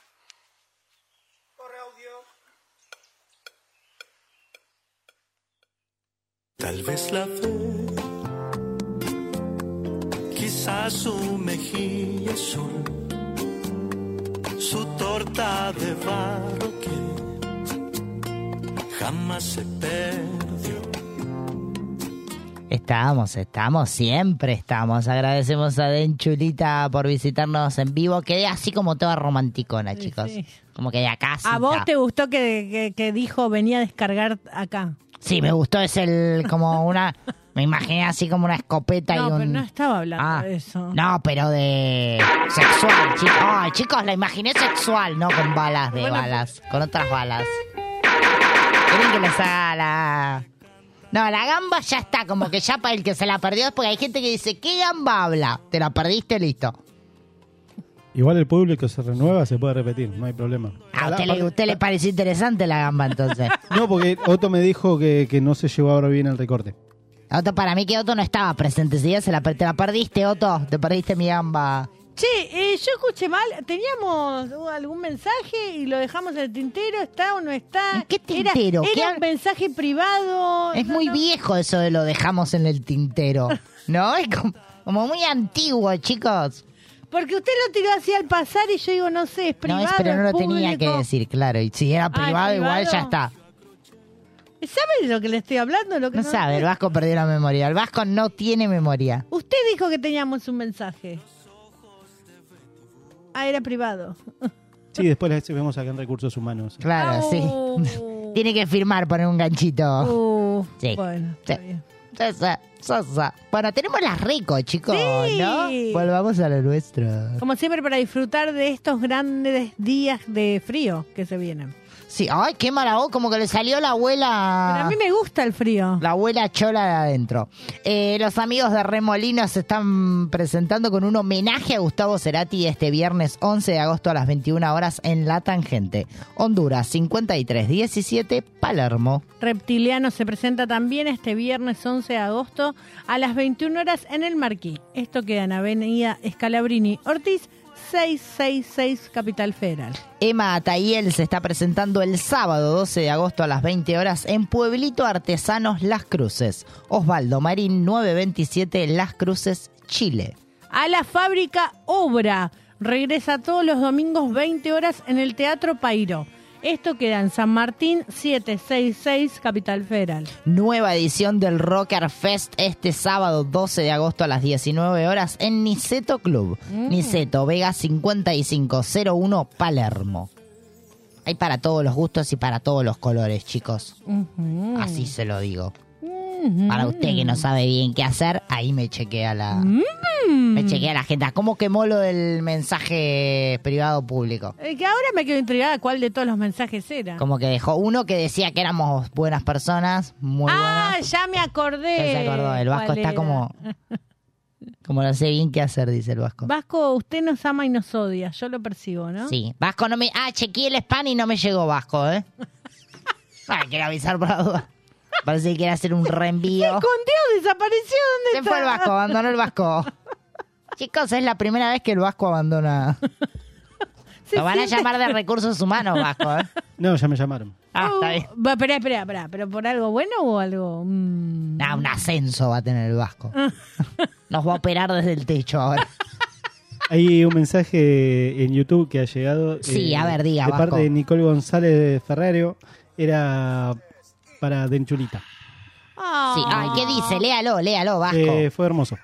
Tal vez la fe, quizás su mejilla azul, su torta de barro que jamás se perdió.
Estamos, estamos, siempre estamos. Agradecemos a Den Chulita por visitarnos en vivo. Quedé así como toda romanticona, chicos. Como que de acá.
¿A vos te gustó que, que- que dijo venía a descargar acá?
Sí, me gustó. Es el como una. Me imaginé así como una escopeta y
No,
un.
pero no estaba hablando
Ah.
de eso.
No, pero de sexual, chicos. Ay, chicos, la imaginé sexual, no con balas de
Bueno,
balas, con otras balas. ¿Quieren que les haga la... No, la gamba ya está, como que ya para el que se la perdió es porque hay gente que dice, ¿qué gamba habla? Te la perdiste, listo.
Igual el público se renueva, se puede repetir, no hay problema.
A Ah, usted, le, usted le pareció interesante la gamba entonces.
No, porque Otto me dijo que, que no se llevó ahora bien el recorte.
Otto, para mí que Otto no estaba presente, si ya se la, per- te la perdiste, Otto, te perdiste mi gamba.
Che, eh, yo escuché mal, teníamos uh, algún mensaje y lo dejamos en el tintero, ¿está o no está? ¿Qué
tintero?
Era,
¿Qué
un mensaje privado.
Es muy viejo eso de lo dejamos en el tintero, ¿no? Es como, como muy antiguo, chicos.
Porque usted lo tiró así al pasar y yo digo, no sé, es privado.
no, es, pero no lo
es
tenía que
público.
decir, claro. Y si era privado, igual ya
privado.
está.
¿Sabe de lo que le estoy hablando? Lo que
No
no-
sabe, el Vasco perdió la memoria. El Vasco no tiene memoria.
Usted dijo que teníamos un mensaje. Ah, era privado.
Sí, después las vemos acá en recursos humanos.
Ah,
Claro, sí.
uh.
tiene que firmar, poner un ganchito. sí.
Bueno,
Sí. Sosa, sosa. Bueno, tenemos las ricos, chicos,
Sí.
¿no? Volvamos a lo nuestro.
Como siempre, para disfrutar de estos grandes días de frío que se vienen.
Sí, ay, qué mala voz, como que le salió la abuela.
Pero a mí me gusta el frío.
La abuela chola de adentro. Eh, los amigos de Remolinos se están presentando con un homenaje a Gustavo Cerati este viernes 11 de agosto a las 21 horas en La Tangente. Honduras 5317, Palermo.
Reptiliano se presenta también este viernes 11 de agosto a las 21 horas en el Marquí. Esto queda en Avenida Escalabrini Ortiz 666 Capital Federal.
Emma Atayel se está presentando el sábado 12 de agosto a las 20 horas en Pueblito Artesanos Las Cruces. Osvaldo Marín 927 Las Cruces, Chile.
A la fábrica Obra regresa todos los domingos 20 horas en el Teatro Pairo. Esto queda en San Martín 766 Capital Federal.
Nueva edición del Rocker Fest este sábado 12 de agosto a las 19 horas en Niceto Club.
Mm.
Niceto, Vega 5501, Palermo. Hay para todos los gustos y para todos los colores, chicos.
Mm.
Así se lo digo. Para usted que no sabe bien qué hacer, ahí me chequea la...
Mm.
Me chequea la agenda. ¿Cómo quemó lo del mensaje privado público?
Eh, que ahora me quedo intrigada cuál de todos los mensajes era.
Como que dejó uno que decía que éramos buenas personas, muy buenas.
ah, ya me acordé.
Ya se acordó, el Vasco
cuál
está
era.
como- Como no sé bien qué hacer, dice el Vasco.
Vasco, usted nos ama y nos odia, yo lo percibo, ¿no?
Sí. Vasco no me. Ah, chequeé el spam y no me llegó Vasco, ¿eh? Ah, quiero avisar por la duda. Parece que quiere hacer un reenvío.
Escondió, desapareció, ¿dónde
Se
está?
fue el Vasco, abandonó el Vasco. Chicos, es la primera vez que el Vasco abandona. Lo van a
siente-
llamar de recursos humanos, Vasco, ¿eh?
No, ya me llamaron.
Ah, está bien.
Uh, Va, espera, espera, espera, pero por algo bueno o algo. mm,
Nah, un ascenso va a tener el Vasco. Nos va a operar desde el techo ahora.
Hay un mensaje en YouTube que ha llegado. eh,
Sí, a ver, diga,
De
Vasco.
parte de Nicole González Ferrario. Era para Denchulita.
Ah.
Sí, ay, ¿qué dice? Léalo, léalo, Vasco.
Eh, fue hermoso.
Qué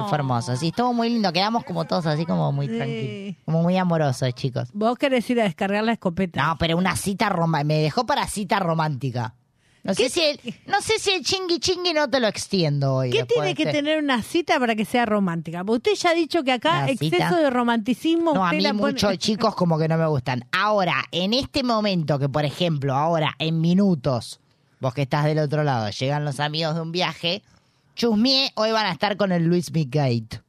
Oh.
fue hermoso. Sí, estuvo muy lindo. Quedamos como todos así como muy tranquilos. Como muy amorosos, chicos.
Vos querés ir a descargar la escopeta.
No, pero una cita romántica. Me dejó para cita romántica. No sé, si el, no sé si el chingui chingui no te lo extiendo hoy.
¿Qué
después
tiene
de
que
este-
tener una cita para que sea romántica? Porque usted ya ha dicho que acá
Una
exceso
cita.
de romanticismo.
No, a
usted
mí
la pone-
muchos chicos como que no me gustan. Ahora, en este momento que, por ejemplo, ahora, en minutos, vos que estás del otro lado, llegan los amigos de un viaje, chusmié, hoy van a estar con el Luis Migate.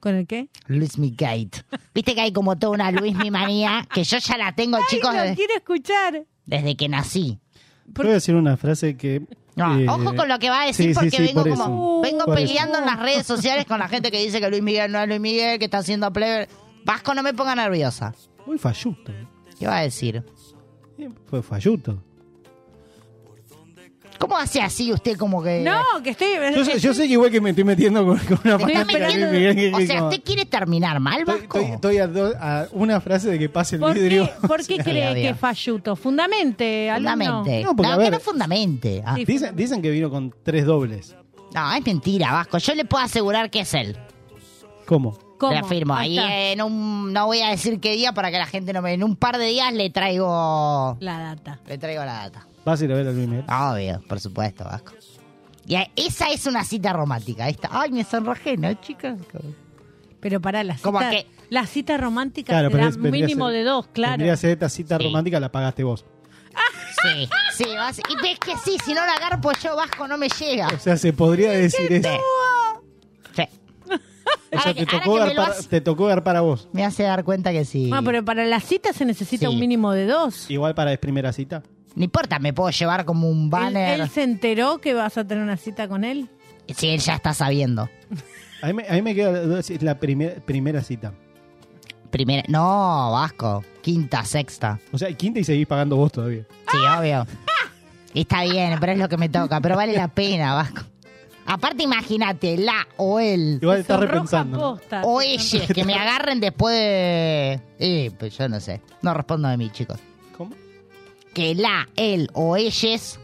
¿Con el qué?
Luis Migate. Viste que hay como toda una Luis Mi manía que yo ya la tengo, chicos,
No
desde,
quiero escuchar.
desde que nací.
Voy a decir una frase que. eh,
Ah, Ojo con lo que va a
sí, sí,
decir porque
sí,
vengo
por
como
Uh,
eso.
vengo
Por eso.
peleando en las redes sociales con la gente que dice que Luis Miguel no es Luis Miguel, que está haciendo plebe. Vasco, no me ponga nerviosa.
Muy falluto. ¿eh?
¿Qué va a decir?
Fue falluto.
¿Cómo hace así usted como que.?
No, que estoy.
Yo, sé- yo sé que igual que me estoy metiendo con, con una
Te está
fanática de
metiendo-
Luis Miguel que-
o
que
sea,
como-
¿usted quiere terminar mal, Vasco?
estoy, estoy a, do- a una frase de que pase el
¿Por
vidrio.
qué, por qué cree que falluto? Fundamente, alumno.
Fundamente.
No, porque, a
que
ver-
no fundamente. Ah.
Dicen, dicen que vino con tres dobles.
No, es mentira, Vasco. Yo le puedo asegurar que es él.
¿Cómo?
Te lo afirmo. Ahí eh, en un, no voy a decir qué día para que la gente no me. En un par de días le traigo.
La data.
Le traigo la data.
Vas a ir a ver a Luis Miguel.
Obvio, por supuesto, Vasco. Y eh, esa es una cita romántica. Esta. Ay, me sonrojé, ¿no, chicas?
Pero para la
Como
cita-
que-
La cita romántica
Claro, pero
será
es- vendría a
mínimo
ser-
de dos, claro.
Tendría que ser esta cita
Sí.
romántica, la pagaste vos.
Sí, sí, vas. Y ves que sí, si no la agarpo yo, Vasco, no me llega.
O sea, se podría decir eso.
Sí.
O sea, te
ahora
tocó,
que me
dar
lo
para,
hace-
te tocó dar para vos.
Me hace dar cuenta que sí.
Ah, pero para la cita se necesita un mínimo de dos.
Igual para la primera cita.
No importa, me puedo llevar como un
¿Él,
banner.
él se enteró que vas a tener una cita con él?
Sí, él ya está sabiendo.
A mí, me- a mí me queda la duda si es la primer- primera cita.
Primera. No, Vasco. Quinta, sexta.
O sea, quinta y seguís pagando vos todavía.
Sí, obvio. Y Está bien, pero es lo que me toca. Pero vale la pena, Vasco. Aparte, imagínate, la o él.
Igual estás repensando.
O ellas, que me agarren después de. Eh, pues yo no sé. No respondo de mí, chicos.
¿Cómo?
Que la, él o ellas.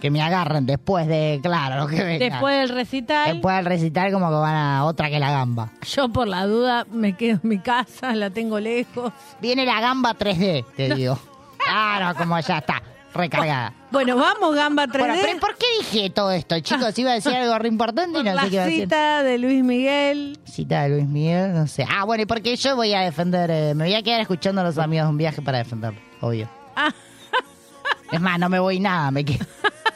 Que me agarren después de. Claro, lo que venga.
Después del recital,
Después del recital, como que van a otra que la gamba.
yo por la duda me quedo en mi casa, la tengo lejos.
Viene la gamba 3D, te digo. Claro, como ya está, recargada.
Bueno, vamos, gamba 3D.
Bueno, pero ¿por qué dije todo esto, chicos? Iba a decir algo re importante y no
la
sé qué iba a decir.
cita de Luis Miguel.
Cita de Luis Miguel, no sé. Ah, bueno, y porque yo voy a defender, eh, me voy a quedar escuchando a los amigos de un viaje para defenderlo, obvio.
Ah.
Es más, no me voy nada, me quedo,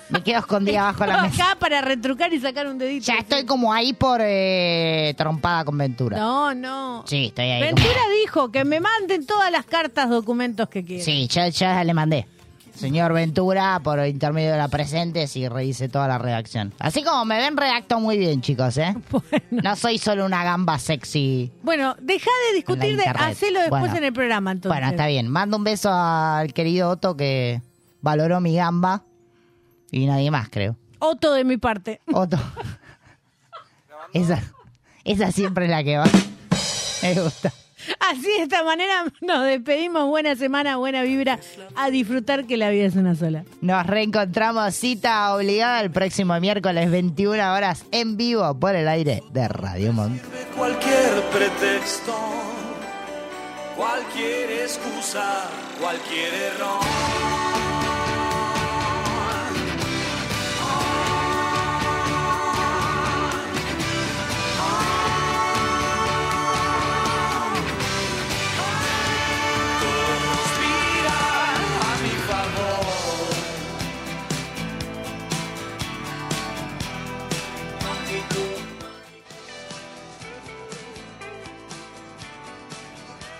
me quedo escondida abajo de la mesa.
Acá para retrucar y sacar un dedito.
Ya estoy como ahí por eh, trompada con Ventura.
No, no.
Sí, estoy ahí. como-
Ventura dijo que me manden todas las cartas, documentos que quieran.
Sí, ya, ya le mandé. Señor Ventura, por intermedio de la presente, si revise toda la redacción. Así como me ven, redacto muy bien, chicos, ¿eh? No soy solo una gamba sexy.
Bueno, deja de discutir, de
internet.
hacelo después
Bueno.
en el programa, entonces.
Bueno, está bien. Mando un beso al querido Otto que valoró mi gamba. Y nadie más, creo.
Otto de mi parte.
Otto. Esa, esa siempre es la que va. Me gusta.
Así de esta manera nos despedimos. Buena semana, buena vibra. A disfrutar que la vida es una sola.
Nos reencontramos cita obligada el próximo miércoles 21 horas en vivo por el aire de Radio Monk.
Cualquier pretexto, cualquier excusa, cualquier error. Todo conspira a mi favor.